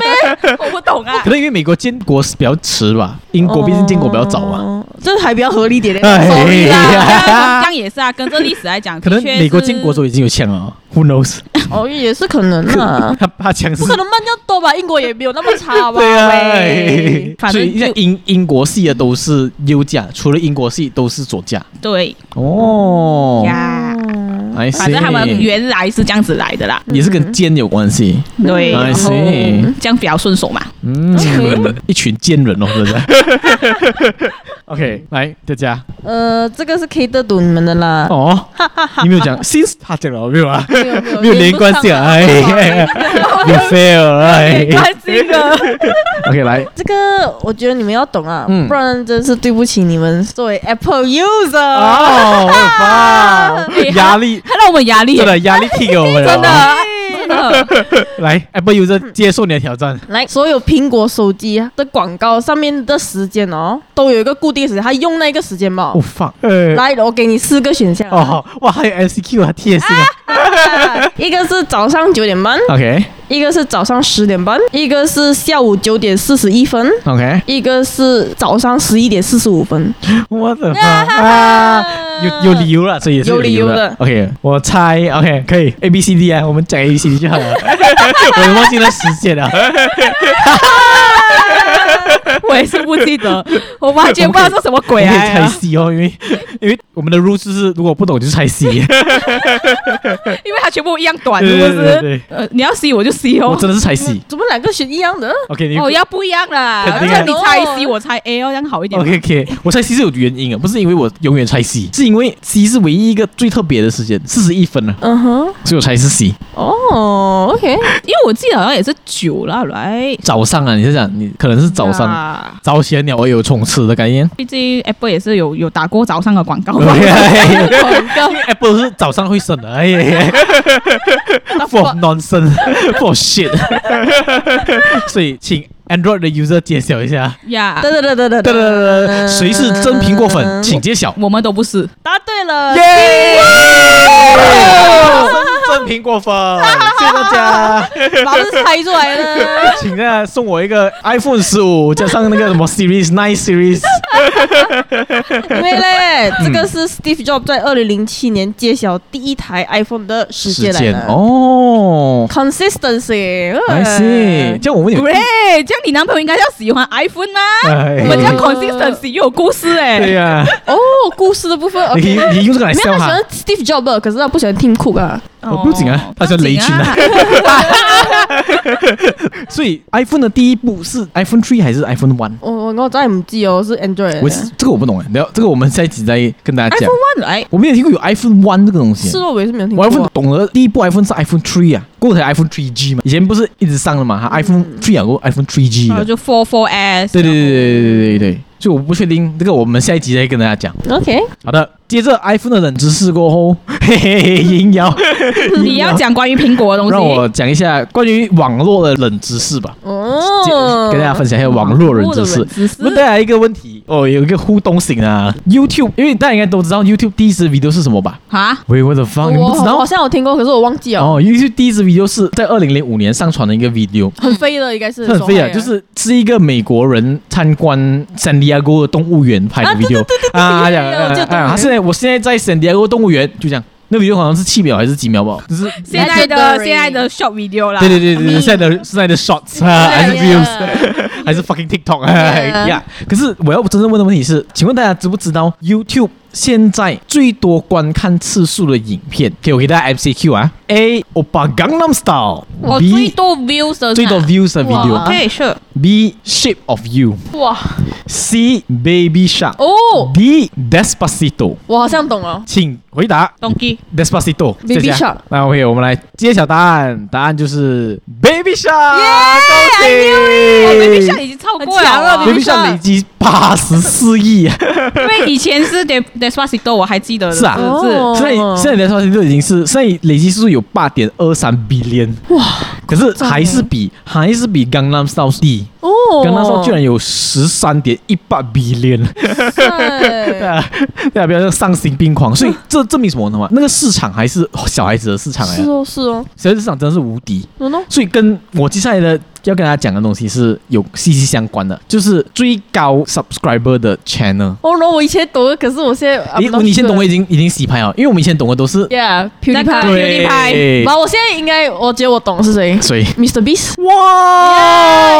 S1: 我不懂啊
S2: 可。能因为美国建国是比较迟吧，英国毕竟建国比较早嘛，
S3: 哦，这还比较合理一点嘞。
S2: 哎
S3: sorry
S1: 对啊，这样
S2: 呀
S1: 这 样也是啊，跟着历史来讲，
S2: 可能
S1: 的确
S2: 美国
S1: 是
S2: 建国的时候已经有枪了哦，Who knows？
S3: 哦，也是可能
S1: 嗯
S3: 啊
S2: ，他他枪是
S3: 不可能慢要多吧？英国也没有那么差吧？
S2: 对
S3: 喂
S2: 啊，
S1: 反
S2: 所
S1: 正
S2: 以像
S1: 就
S2: 英英国系的都是右架，除了英国系都是左架。
S1: 对
S2: 哦
S1: 呀，
S3: 嗯
S2: ，I
S1: 反正他们原来是这样子来的啦。
S2: 也是跟奸有关系。
S1: 对，
S2: I see，
S1: 这样比较顺手嘛。
S2: 嗯， 一群奸人哦，真的。OK，来大家
S3: 呃，这个是 K 的赌你们的啦，
S2: 哦，你没有 讲，since 他讲了没有啊？
S1: 哦
S3: 没有没有
S2: 没有连贯性啊，哎哎，you fail，哎
S1: 没关系 的，
S2: ，OK，来，
S3: 这个我觉得你们要懂啊，
S2: 嗯
S3: 不然真是对不起你们作为 Apple user。
S2: 哦，哇，压力
S1: 他让我们压力
S2: 真的压力挺给我们了
S1: 真的
S3: 啊
S2: 哦，
S1: 真的
S2: 来，Apple user 接受你的挑战，
S3: 来，所有苹果手机的广告上面的时间哦，都有一个固定时间，它用那个时间嘛
S2: 我。放， 呃
S3: 来，我给你四个选项啊，
S2: 哦，哇，还有 MCQ 啊，TS 啊
S3: 一个是早上九点半，
S2: ，OK
S3: 一个是早上十点半，一个是下午九点四十一分，
S2: OK，
S3: 一个是早上十一点四十五分。
S2: 我的妈啊！有有理由了，所以也是理由
S3: 有理由的
S2: OK，我猜 OK 可以 A B C D 啊，我们讲 A B C D 就好了。我忘记了时间了。
S1: 我也是不记 得，我完全不知道是什么鬼
S2: 我可以猜
S1: 啊！
S2: C 哦，因为因为我们的 rules 是如果不懂就猜 C，
S1: 因为它全部一样短，
S2: 对
S1: 是
S2: 对
S1: 不
S2: 对对
S1: 是？
S2: 对，
S1: 呃，你要 C 我就 C
S2: 我
S1: 哦。
S2: 真的是猜 C。
S5: 怎么两个选一样的？
S2: OK，你
S1: 哦，要不一样啦，
S2: 肯定
S1: 那
S2: 啊
S1: 你猜 C，我猜 A 哦，这样好一点。
S2: OK OK，我猜 C 是有原因啊的，不是因为我永远猜 C，是因为 C 是唯一一个最特别的时间，四十一分了，啊
S5: 嗯哼，
S2: 所以我猜是 C。
S5: 哦，OK，
S1: 因为我记得好像也是九啦，right？
S2: 早上啊，你是讲你可能是早上
S1: 啊
S2: 早起来鸟儿有虫吃的概念。
S1: 毕竟 Apple 也是有有打过早上的广告 嘛。
S2: Apple 是早上会生的，哎呀呀，for nonsense，for shit，所以请 Android 的 user 揭晓一下，
S1: 呀，
S5: 得得得得
S2: 哒哒哒哒哒谁是真苹果粉，请揭晓。
S1: 我们都不 是。
S5: 答对了，
S2: 耶！我是真苹果粉，谢谢大家，
S5: 老师猜出来了。
S2: 请大家送我一个 iPhone 十五，加上那个什么 Series Nine Series。
S5: 因为嘞，
S2: 嗯
S5: 这个是 Steve Jobs 在二零零七年揭晓第一台 iPhone 的时间来的。
S2: 哦
S5: Consistency，哎
S2: ，I see，这样我们有
S1: Great，这样你男朋友应该要喜欢 iPhone 吗？
S2: 哎
S1: 我们这样
S5: 哎
S1: consistency 又有故事哎、
S2: 对呀，
S5: 哦，故事的部分
S2: 你可
S5: OK，
S2: 以
S5: 没
S2: 你用这个来
S5: 有
S2: 笑
S5: 他喜
S2: 哈
S5: 欢。Steve Jobs，可是他不喜欢 Tim Cook 啊。
S2: 哦不紧啊他叫雷军啊
S1: 不紧
S2: 所以 iPhone 的第一步是 iPhone Three 还是 iPhone One？
S5: 我我我真系唔知哦，是 Android
S2: 我是这个我不懂哎，然后这个我们下一集再跟大家讲
S1: iPhone。One 来，
S2: 我没有听过有 iPhone One 这个东西
S5: 是。哦，我也是没有听
S2: 我
S5: 过。
S2: iPhone 懂得第一部 iPhone 是 iPhone Three 啊，过后才 iPhone Three G 嘛，以前不是一直上了嘛，它 iPhone Three 啊，过后 iPhone Three G
S1: 然后
S2: 的。
S1: 哦就 Four Four S，
S2: 对对对对对对对对，所以我不确定这个，我们下一集再跟大家讲。
S5: 哦 OK，
S2: 好的，接着 iPhone 的冷知识过后， 嘿嘿嘿，应邀
S1: 你要讲关于苹果的东西。
S2: 让我讲一下关于网络的冷知识吧，
S5: 哦，
S2: 跟大家分享一下网络冷知识。
S1: 只是
S2: 问大家一个问题哦，有一个互动型啊，YouTube，因为大家应该都知道 YouTube 第一支 video 是什么吧？
S1: 啊，
S2: 喂，我的 fuck，你们
S5: 我
S2: 不知道
S5: 好？像有听过，可是我忘记了。
S2: 哦，YouTube 第一支 video 是在二零零五年上传的一个 video，
S5: 很飞的应该是
S2: 是很
S5: 手
S2: 飞啊，
S5: 绘
S2: 就是是一个美国人参观 San Diego 的动物园拍的
S5: 啊
S2: video 啊，他讲
S5: 有有有
S2: 啊
S5: 就动物园
S2: 啊，他现在我现在在 San Diego 动物园，就这样，那 video 好像是七秒还是几秒吧，就是
S1: 现在的现在的 Short Video 啦，
S2: 对对对对，对，现在的现在的 shots 啊，还是 views，还 是 fucking TikTok 啊
S5: Yeah
S2: 呀！可是我要真正问的问题是，请问大家知不知道 YouTube 现在最多观看次数的影片？给我给大家 MCQ 啊，A 欧巴 Gangnam
S1: 我哦最
S2: Style，B
S1: 多 views 的是
S2: 最多
S1: 哪
S2: views 的
S5: 哇
S2: video。
S1: OK sure，
S2: B Shape of You，C
S5: 哇
S2: Baby Shark，
S5: 哦，
S2: D Despacito，
S5: 我好像懂了。
S2: 请回答
S1: 东基
S2: Despacito。
S5: Baby
S2: 谢谢
S5: Shark
S2: 那 OK，我们来揭晓答案，答案就是 Baby Shark。
S1: 哎我 Baby
S2: 恭喜
S1: 像已经超过
S5: 很强
S1: 了
S5: 了
S1: 啊，Baby
S2: ！Baby Shark 累积八十四亿，
S1: 因为以前是 Des- Despacito，我还记得的
S2: 是啊
S1: 是
S5: 哦
S2: 现在现在来说就已经是现在累积数有八点二三 billion 哇！可是还是比还是比 Gangnam Style 低
S5: 哦，
S2: ，Gangnam Style 居然有十三点一八 billion。对
S5: 对，
S2: 啊，对啊，不要像丧心病狂。所以这证明什么呢嘛？那个市场还是小孩子的市场来
S5: 是
S2: 的，
S5: 哦是哦，
S2: 小孩子市场真的是无敌。
S5: 喏喏，
S2: 所以跟我接下来的要跟大家讲的东西是有息息相关的，就是最高 subscriber 的 channel。
S5: 哦喏，我以前懂的，可是我现在
S3: 啊
S2: 诶，我你以前懂的已经已经洗牌了，因为我们以前懂的都是
S5: ，Yeah，
S1: 那个
S5: PewDiePie。
S1: PewDiePie
S5: 然后我现在应该，我觉得我懂是谁
S2: 谁？
S5: ，Mr. Beast
S2: 哇，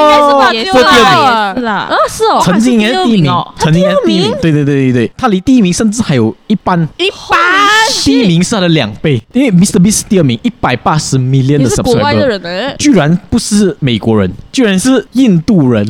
S1: 也是
S2: 哦这
S1: 吧
S2: 第
S5: 第二
S2: 二名
S5: 名
S1: 也是啦
S5: 啊，，是哦，
S2: 曾经也是第一名，
S3: 哦
S2: 曾经也是第一名，对对对对对，他离第一名甚至还有一半。
S1: 一般
S2: 第一名是他的两倍，因为 Mr. Beast 第二名一百八十 million
S5: 你
S2: 的
S5: 是国外
S2: subscriber，
S5: 的人呢？
S2: 居然不是美国人，居然是印度人。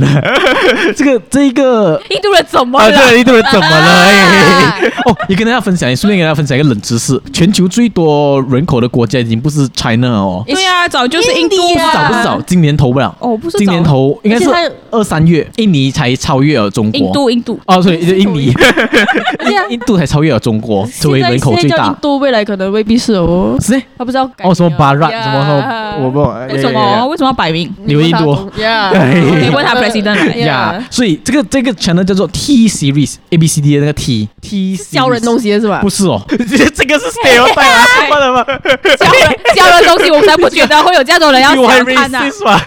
S2: 这个这一个
S1: 印度人怎么
S2: 啊，
S1: 了？
S2: 对，印度人怎么了？哎哦，也跟大家分享，顺便跟大家分享一个冷知识：全球最多人口的国家已经不是 China 哦，
S1: 对啊，早就是印度
S5: 印度
S1: 啊
S5: 啊
S2: 早不是早，今年头不了。
S1: 哦，不是早
S2: 今年头应该是
S5: 而且
S2: 二三月，印尼才超越了中
S1: 印
S2: 国。
S1: 度印度
S2: 哦，所以印尼，
S5: 对啊
S2: 印度才超越了 中国，
S5: 现
S2: 成为
S5: 在
S2: 人口最
S5: 现在叫印
S2: 大。
S5: 度未来可能未必是哦，
S2: 是
S5: 他不知道改名
S2: 哦，什么
S5: 了
S3: 啊
S2: Bharat，
S5: Yeah
S2: 什么什么，我不懂。哎
S1: 为什么为什么要摆明？
S2: 你们印度哦 哎
S5: ，Yeah，
S1: 你问他 president
S3: 啊
S1: 来
S2: 呀？所以这个这个 channel 叫做 T series A B C D 的那个 T T
S5: 教人东
S2: 西。
S5: 西的是吧
S2: 不？是哦， 这个是 stereotype 啊！我的妈，
S1: 教人教人东西，我才不觉得会有这样的人要
S2: 比我还
S1: 想看啊呐、
S2: racist 吧？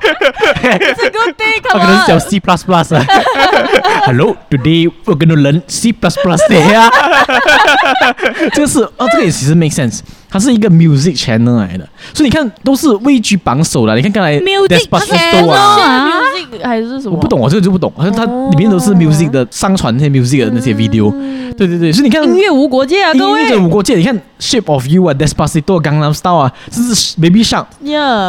S5: 是 Good Day，
S2: 他可能是讲 C plus plus 啊。Hello, today we're gonna learn C plus plus 呀。这个是啊，这个也其实 make sense。它是一个 music channel 来的，所以你看都是位居榜首的。你看刚才
S1: Music
S2: Despacito 啊
S1: channel
S5: 啊，
S1: 啊
S3: 还是什么？
S2: 我不懂，我这个就不懂。好像它里面都
S1: 哦
S2: 是 music 的上传那些 music
S1: 嗯
S2: 的那些 video，、对对对，所以你看
S3: 音乐无国界啊，各
S2: 音乐的
S3: 位
S2: 无国界，你看 Shape of You 啊，Despacito、Gangnam Style 啊，甚至是 Baby Shark
S3: 呀，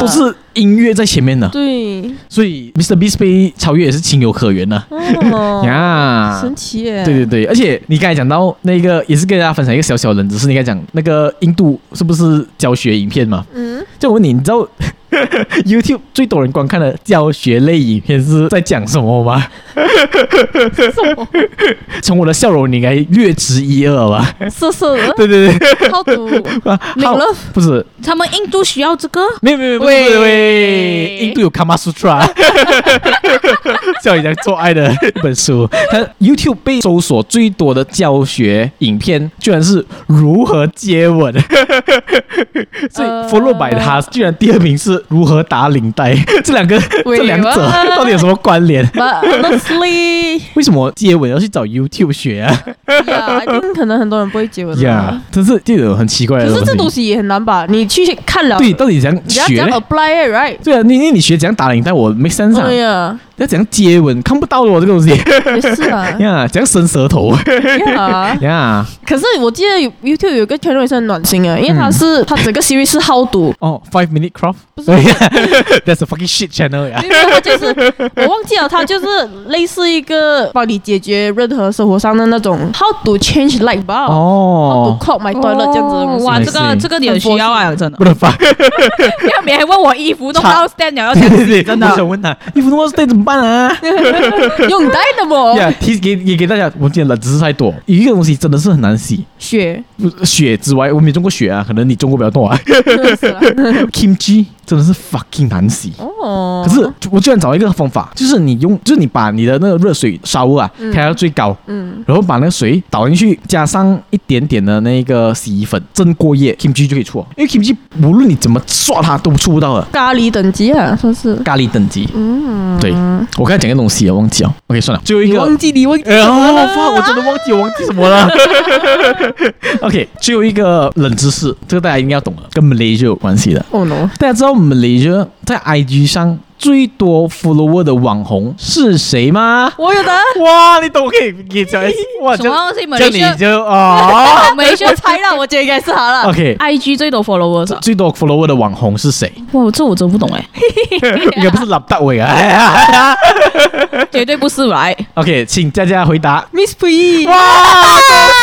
S1: 嗯
S2: 都是音乐在前面的，
S3: 对，
S2: 所以 Mr. Beast 被超越也是情有可原呐、
S3: 哦
S2: 呀、
S3: 神奇耶！
S2: 对对对，而且你刚才讲到那个，也是跟大家分享一个小小的冷知识。你刚才讲那个印度是不是教学影片嘛？嗯，就我问你，你知道 YouTube 最多人观看的教学类影片是在讲什么吗？ 从我的笑容，你应该略知一二吧？
S3: 色色的
S2: 对对对，
S3: 好毒，
S2: 啊
S3: 没
S2: 好
S3: 了，
S2: 不是，
S1: 他们印度需要这个，
S2: 没有没有没有，
S1: 喂
S2: 喂喂，印度有 Kama Sutra，教你讲做爱的一本书。它 YouTube 被搜索最多的教学影片，居然是如何接吻， 所以
S3: 呃
S2: follow by 它居然第二名是如何打领 带，这两个
S3: 喂
S2: 这两者
S3: 哇
S2: 到底有什么关联？
S3: But honestly，
S2: 为什么接吻要去找 YouTube 学啊？
S3: 呀，一定可能很多人不会接吻的
S2: 呀
S3: 啦。，
S2: 真是这种很奇怪的
S3: 啊可是这
S2: 东
S3: 东
S2: 西。
S3: 西也很难吧？你去看了，
S2: 对，到底怎样
S3: 你要这
S2: 学
S3: 样
S2: 呢？
S3: apply it, right？
S2: 对啊，你你你学怎样打领带，我 make sense 啊
S3: 对。呀，
S2: 要怎样接吻，看不到的哦，这个东西。，
S3: 也是啊
S2: 呀，讲伸舌头
S3: 呀。
S2: 呀，
S3: 可是我记得有 YouTube 有一个 channel 也是很暖心啊，因为
S2: 嗯
S3: 它是它整个 series 是好 赌，
S2: 哦，Five Minute Craft，
S3: 不是
S2: That's a fucking shit channel 呀
S3: 因，为它就是我忘记了，它就是类似一个帮你解决任何生活上的那种 how to change light bulb，、how
S2: 哦
S3: to，clock my 哎 toilet、这样子的东西。
S1: 哇，
S2: I
S1: 这个
S2: see
S1: 这个你很需要啊，真的
S2: 不。能发，
S1: 不要别人问我衣服弄
S2: 差
S1: 到 stand 了，要
S2: 对
S1: 讲
S2: 对对，
S1: 真的
S2: 我想问他，衣服弄到 stay 怎么办啊？
S3: 用带的 么？
S2: 呀，提给也给大家，我今天冷知识太多，有一个东西真的是很难洗，
S3: 血，
S2: 不血之外，我没中过血啊，可能你中过比较多啊
S3: 就是啦。
S2: ，kimchi 真的是 fucking 难洗。
S3: 哦，
S2: 可是我居然找到一个方法，就是你用，就是你把你的那个热水烧啊开到最高，
S3: 嗯，
S2: 然后把那个水倒进去，加上一点点的那个洗衣粉，蒸过夜，kimchi 就可以出了。啊因为 kimchi 无论你怎么刷它都出不到的
S3: 咖喱等级啊，算是。
S2: 咖喱等级。
S3: 嗯，
S2: 对我刚才讲个东西啊，忘记了。OK，算了，最后一
S3: 你
S2: 个。
S3: 忘记你 忘记
S2: 然
S3: 什么
S2: 后
S3: 了
S2: 发，我真的忘记我忘记什 么了。OK，最后一个冷知识，这个大家应该要懂了，跟 Malaysia 有关系的。
S3: 哦 no，
S2: 大家知道 Malaysia 在 IG 上最多 follower 的网红是谁吗？
S3: 我有答案，
S2: 哇，你懂可以给 讲一次，哇，
S1: 什
S2: 这
S1: 么东西，马
S2: 这
S1: 来
S2: 你
S1: 西亚，
S2: 就啊。
S1: 马来西 亚
S3: 我猜了，我觉得应该是他了。
S2: OK，
S1: IG 最多 followers，啊
S2: 最多 follower 的网红 是谁？
S1: 哇，这我真不懂哎，
S2: 应该不是老大伟啊。
S1: 绝对不是来。
S2: OK，请佳佳回答。
S3: Miss P，
S2: 哇，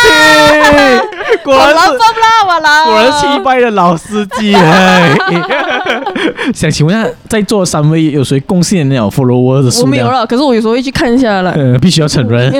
S2: 恭喜！果
S3: 我
S2: 然
S3: 拉
S2: 是
S3: 风啦，我啦，
S2: 果然是一般的老司 机。哎 想请问一下，在座三位有谁贡献了 follower 的
S3: 我
S2: 数
S3: 没有
S2: 量？
S3: 了，可是我有时候会去看一下了。
S2: 呃，必须要承 认，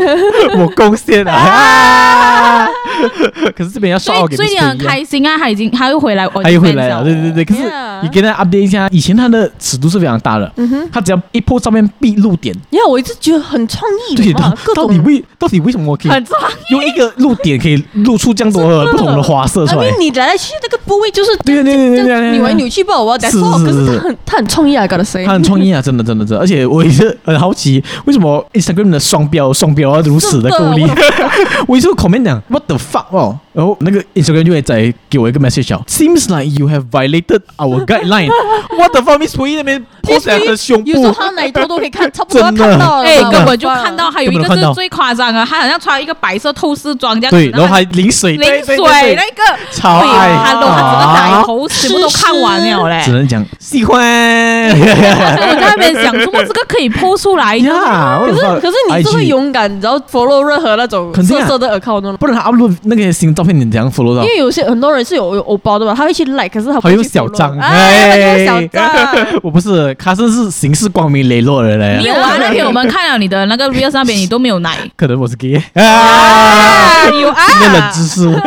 S2: 我贡献了。啊 可是这边要刷
S1: 所
S2: 我
S1: 以
S2: 给
S1: 所以
S2: Miss
S1: 你
S2: Pei
S1: 很
S2: 啊
S1: 开心啊，他已经他又回来，
S2: 他又回来了，对对对，可是
S3: Yeah
S2: 你跟他 update 一下，以前他的尺度是非常大的，
S1: 嗯
S2: 他只要一 po 照片必露点，
S3: 你看，我一直觉得很创意
S2: 对，
S3: 嘛
S2: 到，
S3: 各
S2: 到
S3: 种
S2: 底为到底为什么我可以
S1: 很长。
S2: 用一个露点可以露出这样多的
S3: 真的
S2: 不同的花色
S3: 因
S2: 出来
S3: 为？你来来去去那个部位就是
S2: 对对对对对对对，
S3: 扭来扭去不好玩，但
S2: 是是
S3: 可
S2: 是
S3: 是
S2: 是
S3: 他很他很创意啊，搞得谁
S2: 他？很创意啊，真的真的真的，而且我也是很好奇，为什么 Instagram 的双标双标要如此的够力
S3: 真？
S2: 我一直 comment 讲 What the fuck 哦，然后那个 Instagram 就会再给我一个 message 哦，Seems like you have violated our guideline。What the fuck Miss Pui 那边 post 两个胸
S3: 有时候
S2: 部，
S3: 他奶头都可以看，差不多要
S2: 真的
S3: 看到了，
S1: 哎，
S3: 嘛
S1: 根本就看到，还有一个
S2: 根本看到
S1: 是最夸张啊，他好像穿一个白色透视装这样子，
S2: 对，然后还淋水，
S1: 淋
S2: 对
S1: 水
S2: 对对
S1: 那
S2: 对
S1: 个，
S2: 超
S1: 对
S2: 爱
S1: 他都他整个奶
S2: 哎啊，
S1: 头全部都看完了嘞
S2: 只。能讲喜欢
S1: 所以我在那边想，怎么这个可以剖出来呢？
S2: 呀。
S3: 可
S2: 可
S3: 是可是你是会勇敢，你知道 follow 任何那种
S2: 肯定
S3: 色
S2: 啊
S3: 色的 account 呢
S2: 不然他 upload 那个新照片，你怎样 follow 到
S3: 因？为有些很多人是有有欧包的吧，他会去 like，可是
S1: 哎
S3: 他不会
S2: 还哦有
S3: 去
S2: 小
S3: follow
S2: 张，
S3: 哎，他就小张，
S2: 我不是，卡森是行事光明磊落的人
S1: 没
S2: 嘞，
S1: 有啊，那天我们看了你的那个 reels 那边，你都没有奶。
S2: 可能我是 gay 啊，
S1: 啊，有啊，
S2: 新的冷知识。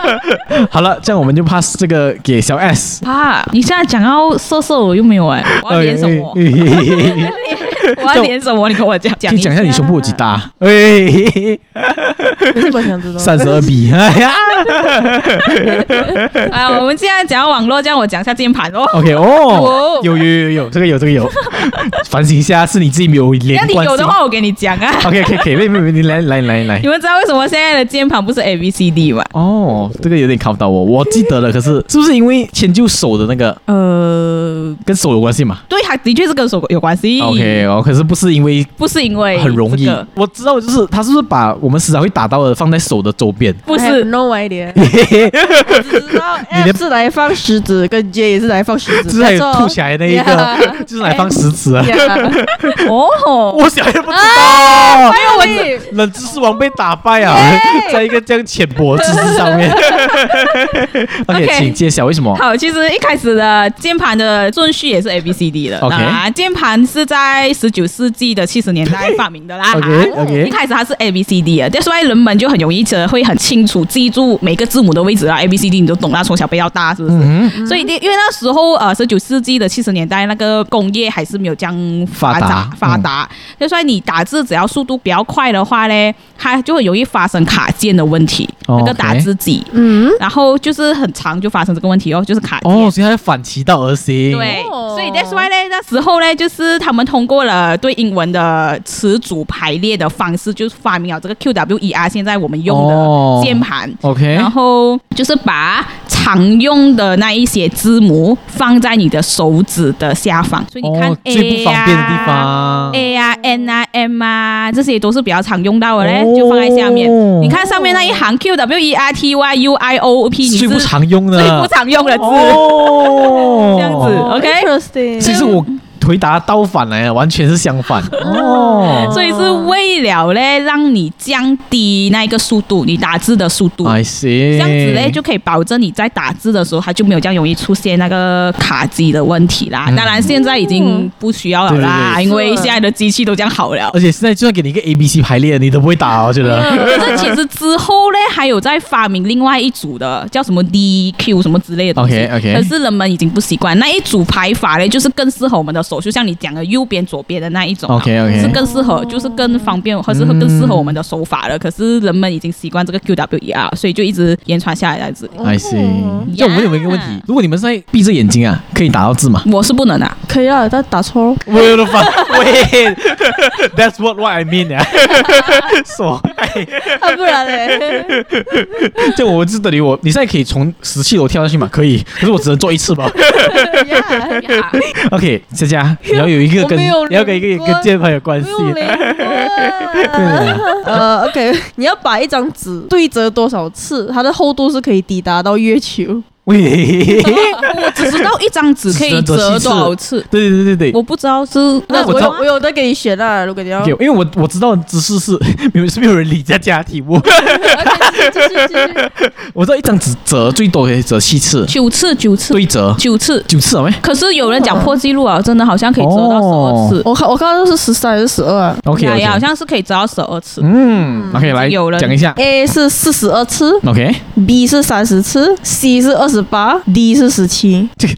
S2: 好了，这样我们就 pass 这个给小 S。
S1: 啊！你现在讲到色色，我又没有哎、我要连什么？
S2: 哎 哎哎
S1: 我要连什么？你跟我讲
S2: 哎
S1: 讲
S2: 可以讲一下你胸部有几大？哎，
S3: 我是不想知道。
S2: 三十二 比。
S1: 哦
S2: 哎呀
S1: 啊！我们现在讲到网络，这样我讲一下键盘哦。
S2: OK，哦
S1: 哦，
S2: 有有有有，这个有这个有，反省一下，是你自己哎没有
S1: 那
S2: 连
S1: 你
S2: 贯
S1: 有的。
S2: 性
S1: 话，我给你讲 啊。
S2: OK，可以可以，没没没，你来来来来
S1: 你。们知道为什么现在的键盘不是 A B C D 吗？
S2: 哦，这个有点考不到我，我记得了，可是是不是因为迁就手的那个
S1: 呃，
S2: 跟手有关系嘛？
S1: 对，它的确是跟手有关系。
S2: OK 哦，可是不是因为
S1: 不是因为
S2: 很容
S1: 哎这
S2: 易
S1: 个，
S2: 我知道就是他是不是把我们时常会打到的放在手的周边，
S1: 不
S3: I have
S1: 是
S3: no idea，只知道
S2: 你
S3: F
S2: 的
S3: 是来放石子，跟 J 也是来放石
S2: 就
S3: 子，
S2: 是还有
S3: That's all
S2: 吐起来的那 一个，就是来放石子啊。
S3: Yeah 啊
S1: 哦，
S2: 我想也不知道，
S3: 哎呦喂，
S2: 冷知识王被打败啊，
S1: 哎
S2: 在一个这样浅薄知识上 面。OK，
S1: OK
S2: 请揭晓为什么？
S1: 好，其实一开始的键盘的顺序也是 A B C D 的
S2: OK
S1: 啊，键盘是在十九世纪的七十年代发明的啦。
S2: OK，
S1: 啊
S2: OK
S1: 一开始它是 A B C D 的，that's why 人们就很容易呃会很清楚记住每个字母的位置啦，A 啊 B C D 你都懂啦，从小背到大是不是？
S2: 嗯哼，
S1: 所以，因为那时候呃，十九世纪的七十年代，那个工业还是没有这样发
S2: 发
S1: 达
S2: 达嗯
S1: 发达，就算你打字只要速度比较快的话嘞，它就会容易发生卡键的问题，
S2: 哦
S1: 那个打
S2: OK
S1: 字机，
S3: 嗯，
S1: 然后就是很长就发生这个问题哦，就是卡键。
S2: 哦，所以他反其道而行。
S1: 对，
S3: 哦
S1: 所以 that's why 呢，那时候呢，就是他们通过了对英文的词组排列的方式，就是发明了这个 QWER，现在我们用
S2: 哦
S1: 的键盘。
S2: ，OK，
S1: 然后就是把常用的那一些字母放在你的手指的下方，所以你看
S2: 哦，最
S1: A
S2: 不
S1: 呀、
S2: 方便的地方。
S1: A 啊、N 啊、M 啊，这些都是比较常用到的嘞，
S2: 哦
S1: 就放在下面。你看上面那一行 Q W E R T Y U I O P，你
S2: 最
S1: 是
S2: 不常用的，
S1: 最不常用的字。
S2: 哦，
S1: 这样子
S3: 哦
S1: OK
S3: interesting
S2: 其实我回答倒反来啊了，完全是相反。哦
S1: 所以是为了嘞，让你降低那一个速度，你打字的速度，
S2: ，I
S1: 这
S2: see，
S1: 样子嘞就可以保证你在打字的时候，它就没有这样容易出现那个卡机的问题啦。
S2: 嗯
S1: 当然现在已经不需要了啦，
S2: 对
S1: 因为现在的机器都这样好了。
S2: 而且现在就算给你一个 A B C 排列，你都不会打，哦我觉得。
S1: 可是其实之后嘞，还有在发明另外一组的，叫什么 DQ 什么之类的东西。
S2: OK，OK
S1: 可是人们已经不习惯那一组排法嘞，就是更适合我们的手，就像你讲的右边、左边的那一种啊。
S2: OK，OK
S1: 是更适合，就是更方便，还是
S2: 嗯
S1: 更适合我们的手法了。可是人们已经习惯这个 QWER，所以就一直延传下来在这里。
S2: I see，
S1: Yeah
S2: 就我问你们一个问题：如果你们现在闭着眼睛啊，可以打到字吗
S1: 我是不能啊，
S3: 可以了，但打错咯。
S2: ？What the fuck？Wait，that's what what I mean 啊。说，
S3: 啊，不然 嘞，
S2: 哎就我就等于我，你现在可以从十七楼跳下去嘛？可以，可是我只能做一次吧。OK，佳佳，你要有一个
S3: 我
S2: 跟
S3: 没有
S2: 你要跟一
S3: 练
S2: 个
S3: 过
S2: 跟键盘有关系
S3: 不。用嘞。
S2: 对
S3: 呃，OK，你要把一张纸对折多少次，它的厚度是可以抵达到月球。
S2: 喂，
S1: 我只知道一张纸可以折多少次，
S2: 对对对对对。
S1: 我不知道是
S3: 那
S2: 啊
S3: 我
S2: 我知
S3: 有
S2: 道
S3: 我有的给你选啊，如果你要
S1: 哦
S2: OK，。因为我我知道知识是没有是没有人理佳佳的 题
S1: 哦
S2: 目，
S3: OK，继续继续继续
S2: 我知道一张纸折最多可以折七次，
S1: 九次、九次、
S2: 对折
S1: 九次。
S2: 九次好没
S1: 可是有人讲破纪录啊，真的好像可以折到十二次。
S3: 我看我看到是十三还是十二啊
S2: ？OK
S1: 呀呀，好
S2: OK，
S1: 像是可以折到十二次。
S2: 嗯，OK 来
S1: 有人
S2: 讲一下
S3: ？A 是四十二次
S2: ，OK，
S3: ，B 是三十次，C 是二十八，D 是十七。
S2: 这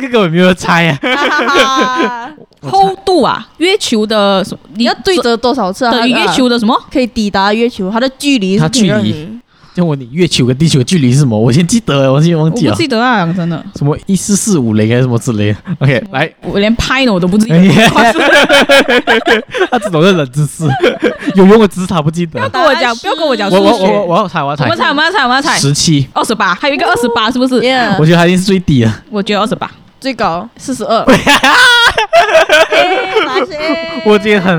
S2: 个根本没有猜啊，
S3: 哈哈哈！
S1: 厚度啊，月球的什么？你
S3: 你要对折多少次啊？
S1: 等于
S3: 它
S1: 月球的什么？
S3: 可以抵达月球，它的距离
S2: 它
S3: 是可以
S2: 距
S3: 让
S2: 离
S3: 你
S2: 就问你月球跟地球的距离是什么？我先记得，我先忘
S1: 我
S2: 记
S1: 不
S2: 了，
S1: 记得啊，讲真的，
S2: 什么一四四五零还是什么之类的，OK 来。
S1: 我连拍嗯呢我都不记得
S2: 哎。 呀他只懂是冷知识，有用的知识他不记得。
S1: 不要跟我讲，不要跟我讲数
S2: 我我
S1: 学。
S2: 我我要猜，我要
S1: 我们猜，我
S2: 猜，
S1: 们猜，我们猜，
S2: 十七，
S1: 二十八，还有一个二十八，是不是？
S3: ，Yeah，
S2: 我觉得他一定是最低的。
S1: 我觉得二十八。
S3: 最高四十 二。哎
S2: 我今天很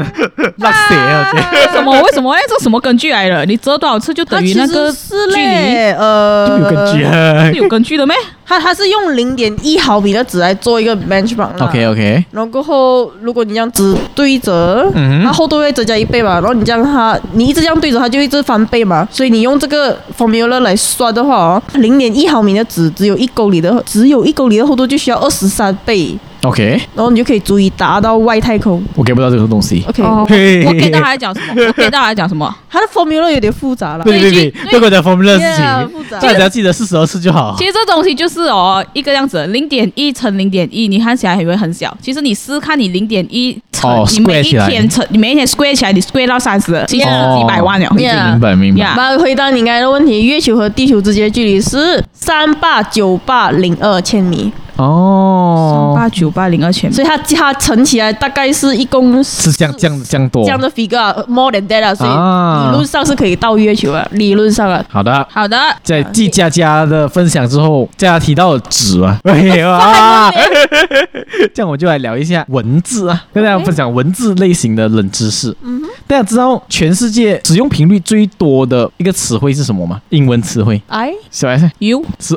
S2: 拉屎啊！我今天
S1: 为什么？为什么？哎，这什么根据来了？你折多少次就
S3: 它
S1: 等于
S3: 其
S1: 那
S3: 实
S1: 个
S3: 是
S1: 距离，
S3: 嘞，呃，
S2: 有根据啊
S1: 是有根据的咩？
S3: 它它是用零点一毫米的纸来做一个 benchmark 啦。
S2: OK OK，
S3: 然后过后，如果你这样子对折，
S2: 嗯哼
S3: 它厚度会增加一倍嘛。然后你这样它，你一直这样对折，它就一直翻倍嘛。所以你用这个 formula 来算的话哦，零点一毫米的纸只有一公里的，只有一公里的厚度就需要二十三倍，
S2: OK，
S3: 然后你就可以足以达到外太空。
S2: 我 get 不到这个东西。
S3: OK，、
S1: 哦，
S2: 嘿
S1: 我 get 到他在讲什么？我 get 到他在讲什 么？
S3: 它的 formula 有点复杂了。
S2: 对对对，对我讲 formula 的事
S3: Yeah，
S2: 情，
S3: 复杂。
S2: 大家记得四十二次就好
S1: 其。实这东西就是哦，一个样子，零点一乘零点一，你看起来以为很小，其实你试看你零点一乘
S2: 哦，
S1: 你每
S2: square
S1: 一
S2: 起来
S1: 天乘，你每一天 square 起来，你 square 到三十，其实
S2: 哦
S1: 几百万了。
S3: Yeah
S2: 明白明白。
S1: Yeah
S3: 那回答你刚才的问题，月球和地球之间的距离是三八九八零二千米。
S2: 哦，
S1: 八九八零二全部。
S3: 所以它它乘起来大概是一共是
S2: 是这样这样这样多
S3: 这样的 figure 啊 more than that 啊，所以
S2: 哦啊
S3: 理论上是可以到月球啊，理论上啊。
S2: 好的。
S1: 好的，
S2: 在继佳佳的分享之后，佳佳提到了纸啊， 哎呀，啊 这样我就来聊一下文字啊，跟大家分享文字类型的冷知识。大家知道全世界使用频率最多的一个词汇是什么吗？英文词汇，
S3: 哎，
S2: 小 S
S1: 有
S2: 是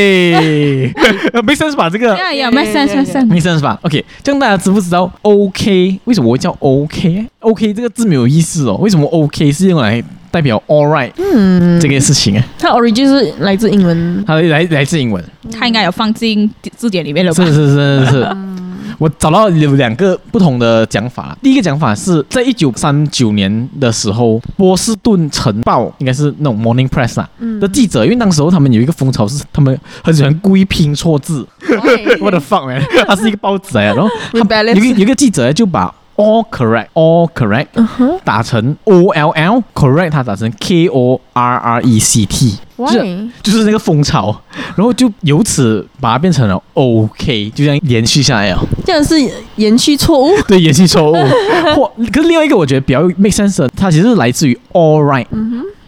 S2: OK，没 sense 吧？这个
S1: 呀呀，没三三三，
S2: 没 sense 吧？OK，这样大家知不知道 OK 为什么会叫 OK？OK 这个字没有意思哦，为什么 OK 是用来代表 All right
S3: 嗯，
S2: 这个事情啊？
S3: 它 origin 是来自英文，
S2: 它来来自英文。
S1: 他应该有放进字典里面了吧
S2: 是？是是是是。我找到有两个不同的讲法。第一个讲法是在一九三九年的时候，波士顿晨报应该是那种 Morning Press 啊、的记者，因为当时候他们有一个风潮是他们很喜欢故意拼错字。 我的 fuck man，它是一个报纸来的，然后他
S3: Rebalance
S2: 有一个有一个记者就把 all correct all correct 打成 o l l correct，他打成 k o r r e c t，就是就是那个风潮，然后就由此把它变成了 OK，就这样延续下来啊了。
S3: 这样是延续错误。
S2: 对，延续错误。 或可是另外一个我觉得比较 make sense，的它其实是来自于 All right。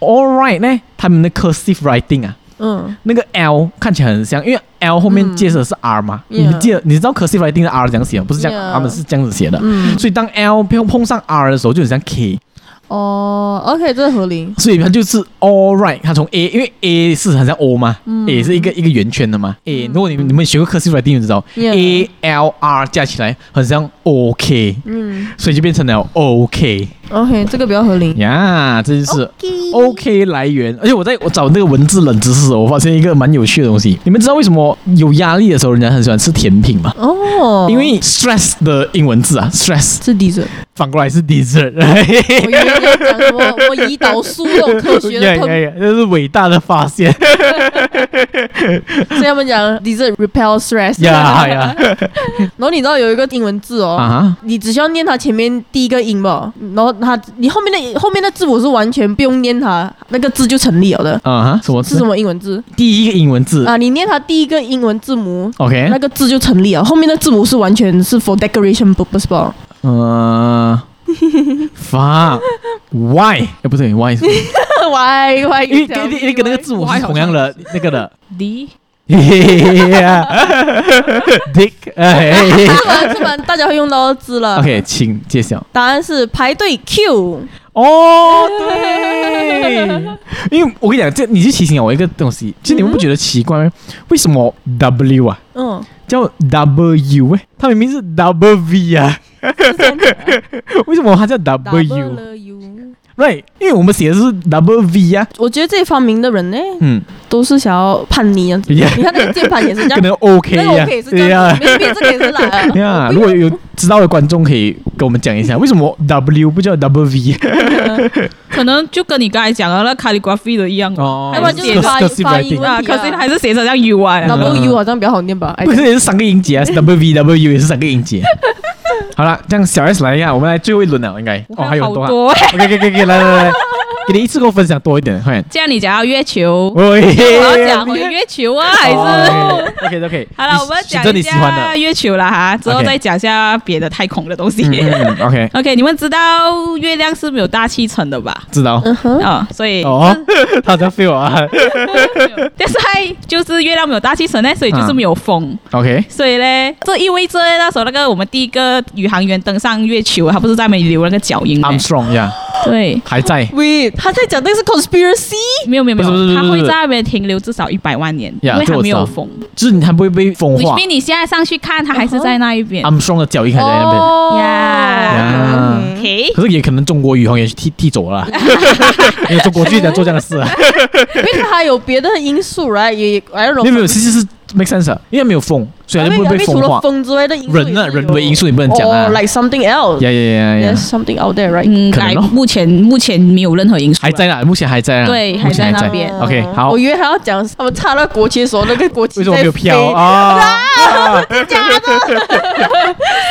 S2: All right 呢，他们的 cursive writing 啊，
S3: 嗯，
S2: 那个 L 看起来很像，因为 L 后面接着是 R 嘛。
S3: Yeah
S2: 你记得你知道 cursive writing 的 R 是这样写的，不是这样
S3: Yeah
S2: 他们是这样子写的。
S3: 嗯
S2: 所以当 L 碰碰上 R 的时候，就很像 K，
S3: 哦，OK，这合理。
S2: 所以它就是 All right。它从 A，因为 A 是很像 O 嘛、a
S3: 嗯
S2: 是一个一个圆圈的嘛。A，如果你们你们学过 cursive writing 就知道
S3: Yeah
S2: A L R 加起来很像 OK，
S3: 嗯
S2: 所以就变成了 OK。
S3: ，OK，这个比较合理。
S2: 呀这就是
S3: 哦
S2: OK 来源。而且我在我找那个文字冷知识，我发现一个蛮有趣的东西。你们知道为什么有压力的时候人家很喜欢吃甜品吗？
S3: 哦，
S2: 因为 stress 的英文字啊，stress
S3: 是 dessert。
S2: 反过来是 dessert，
S3: 我
S2: 嘿
S3: 以为你要讲什么我胰岛素哦这种科学的
S2: 呀
S3: 特
S2: 呀呀，这是伟大的 发现
S3: 所以他们讲 dessert repel stress。啊
S2: 呀呀
S3: 然后你知道有一个英文字哦，
S2: 啊！
S3: 你只需要念它前面第一个音吧，然后它你后面的后面的字母是完全不用念它，那个字就成立了的。
S2: 啊哈，什么
S3: 是
S2: 字呃
S3: 什？么英文字
S2: 第一个英文字
S3: 啊？你念它第一个英文字母，
S2: ，OK，
S3: 那个字就成立了，后面的字母是完全是 for decoration purpose 吧？
S2: 嗯，fuck why？哎，不对，why 是什么
S3: 喂喂，
S2: 因为跟因为跟 那个字母是同样的那个 的。
S1: D
S2: Dick，哎
S3: 这门这门大家会用到的字了。
S2: ，OK，请揭晓。
S3: 答案是排队 Q。
S2: 哦，对，因为我跟你讲，这你就提醒了我一个东西，其实你们不觉得奇怪吗？为什么 W 啊
S3: 嗯，
S2: 叫 W 哎、它明明是 W 啊， 为什么它叫 W？Right，
S3: W U。
S2: 因为我们写的是 W 啊，
S3: 我觉得这方面的人呢，
S2: 嗯，
S3: 都是想要叛逆样子。你
S2: Yeah
S3: 看那个键盘也是这
S2: 可
S3: 样，
S2: 能 OK
S3: 那个
S2: 呀、
S3: 我可以是这
S2: 对呀、
S3: 样子，明明这个也是懒啊。
S2: 呀、如果有知道的观众可以跟我们讲一下，为什么 W 不叫 W？
S1: 可能就跟你刚才讲的那 calligraphy 的一样哦，
S2: 哦
S1: 要不然就是
S2: 是
S3: 发
S2: cursive
S3: 发音
S2: writing
S3: 啊
S1: 啊，可是他还是写成像 U 啊。
S2: 哦那
S3: W U 好像比较好念吧？哎
S2: 嗯不，是也是三个音节啊是，W V W 也是三个 音节。好了，这样小 S 来一下，我们来最后一轮了，应该哦还有
S1: 好
S2: 很多啊。
S1: 多。
S2: OK OK OK，来来 来，给你一次给我分享多一点，快点。
S1: 这样你讲到月球，
S2: 我
S1: 我
S2: 要
S1: 要讲回月球啊，还是？
S2: 哦 OK OK，
S1: 好了，我们讲
S2: 选择
S1: 一
S2: 你喜欢
S1: 下
S2: 的。
S1: 月球了哈，之后
S2: OK
S1: 再讲一下别的太空的东西。
S2: 嗯嗯，OK，
S1: OK，你们知道月亮是没有大气层的吧？
S2: 知道。
S1: 啊、所以，
S2: 哦，
S1: 嗯
S2: 他在 feel 啊。
S1: 但是它就是月亮没有大气层呢，所以
S2: 啊
S1: 就是没有风，
S2: OK，
S1: 所以嘞，这意味着那时候那个我们第一个宇航员登上月球，他不是在那里留那个脚印吗？
S2: Armstrong 呀，
S1: 对，
S2: 还在
S3: 喂，他在讲那个是 conspiracy，
S1: 没有没有没
S2: 不是不
S1: 有，
S2: 是
S1: 他
S2: 不是
S1: 会在那边停留至少一百万年，
S2: 呀
S1: 因为
S2: 这
S1: 它
S2: 我
S1: 没
S2: 知道
S1: 有风。
S2: 就是你还不会被风化
S1: which mean 你现在上去看，它还
S2: 啊
S1: 是在那一边。
S2: ，Armstrong 的脚印还在那
S3: 哦
S2: 边。
S1: 呀
S2: 呀
S1: OK，
S2: 可是也可能中国宇航员去踢踢走了啦，因为中国巨在做这样的事啊。
S3: 因为他有别的因素，right？也 I don't know。
S2: 没有
S3: 哎
S2: 没有，其实是 make sense，的因为没有风，所以它就不会被
S3: 除
S2: 风
S3: 了
S2: 化。
S3: 风之外的因素也是
S2: 人
S3: 哦有，
S2: 啊，人为因素你不能讲啊
S3: 哦。，like something else。
S2: 呀呀呀呀
S3: There's，something out there, right?
S1: 嗯，
S2: 可能
S1: 来，
S2: 咯
S1: 目前目前没有任何因素
S2: 还
S1: 了。
S2: 在啦，目前还在啦，
S1: 对
S2: 目前还
S1: 还在那边
S2: OK，好
S3: 我，以为还要讲他们插到国旗的时候，那个国旗
S2: 为什么没有
S3: 在
S2: 飘
S3: 飞？
S2: 啊？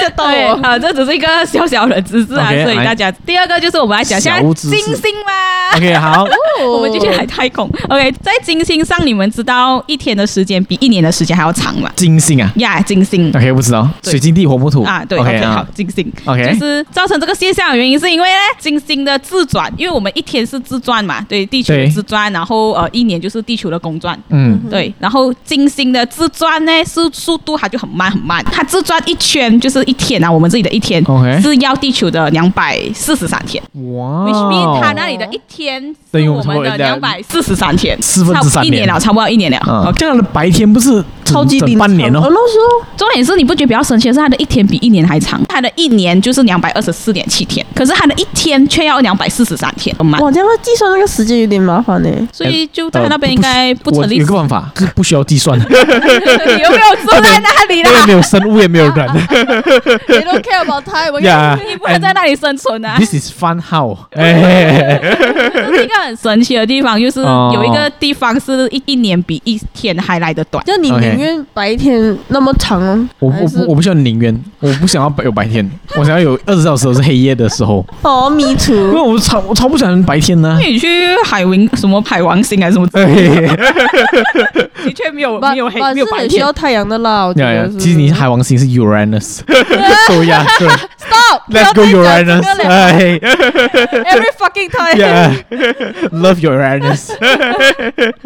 S3: 吓到
S1: 对，
S3: 我！
S1: 啊，这只是一个小小的知识啊
S2: 哦 OK，
S1: 所以
S2: 来
S1: 大家第二个就是我们来讲一下
S2: 小
S1: 金
S2: 知识
S1: 星吧。
S2: OK，好，
S3: 哦
S1: 我们继续来太空。OK，在金星上，你们知道一天的时间比一年的时间还要长嘛？
S2: 金星啊，啊
S1: 呀，金星。
S2: ？OK，不知道，
S1: 对
S2: 水晶地火木土
S1: 啊，对
S2: OK
S1: 好
S2: 啊，，
S1: 金星
S2: OK
S1: 就是造成这个现象的原因，是因为呢，金星的自转，因为我们一天是自转嘛，对，地球的
S2: 对
S1: 自转，然后呃，一年就是地球的公转，
S2: 嗯，
S1: 对，然后金星的自转呢，速速度它就很慢很慢，它自转一圈就是一天啊，我们自己的一天
S2: OK
S1: 是要地球的两百四十三天、
S2: 哇
S1: w h i c h mean 它
S2: 哦，
S1: 那里的一天
S2: 等于
S1: 是
S2: 我
S1: 我
S2: 们
S1: 们的
S2: 差不
S1: 两
S2: 多
S1: 百四十三天，
S2: 四分之三
S1: 差不多一年
S2: 年
S1: 了，差不多一年了。
S2: 啊
S1: OK，
S2: 这样的白天不是整
S5: 超级
S2: 整半年
S5: 哦
S2: 哦，
S5: 那时候
S1: 重点是你不觉得比较神奇的是，它的一天比一年还长，它的一年就是两百二十四点七天，可是它的一天却要两百四十三天，很慢。
S5: 哇，这样要计算那个时间有点麻烦呢。
S1: 所以就在那边应该不
S2: 呃我
S1: 成立
S2: 有，个 办法，是不需要计算的，
S1: 你有没有坐在那里
S2: 因为
S1: 啦？
S2: 没有生物，也没有 人。
S3: They don't care about time。
S2: 呀
S1: 你不能在那里生存啊！
S2: This is fun how？哎，
S1: 一个很神奇的地方就是
S2: 哦
S1: 有一个地方是一一年比一天还来得短。
S5: 就你
S2: OK
S5: 宁愿白天那么长哦，
S2: 我
S5: 还
S2: 我
S5: 是
S2: 不我不需要宁愿，我不想要有白天，我想要有二十小时都是黑夜的时 候，
S5: 哦，me
S2: 因
S5: too。
S2: 为我超我超不喜欢白天呢。
S1: 你去海王什么海王星还是什么，
S2: 哎
S1: 的确没有
S5: 把
S1: 没有黑
S5: 把
S1: 没
S5: 是
S1: 有白
S5: 很需
S1: 天
S5: 要。太阳的啦，我觉
S2: 呀
S5: 得
S2: 呀
S5: 是。，
S2: 其实你是海王星 是 Uranus，so yeah，对
S5: Stop，
S2: ，Let's go
S5: 不要再讲
S2: Uranus，
S5: 这 个了
S2: 哎
S5: Every fucking time。
S2: ，Yeah，love Uranus 。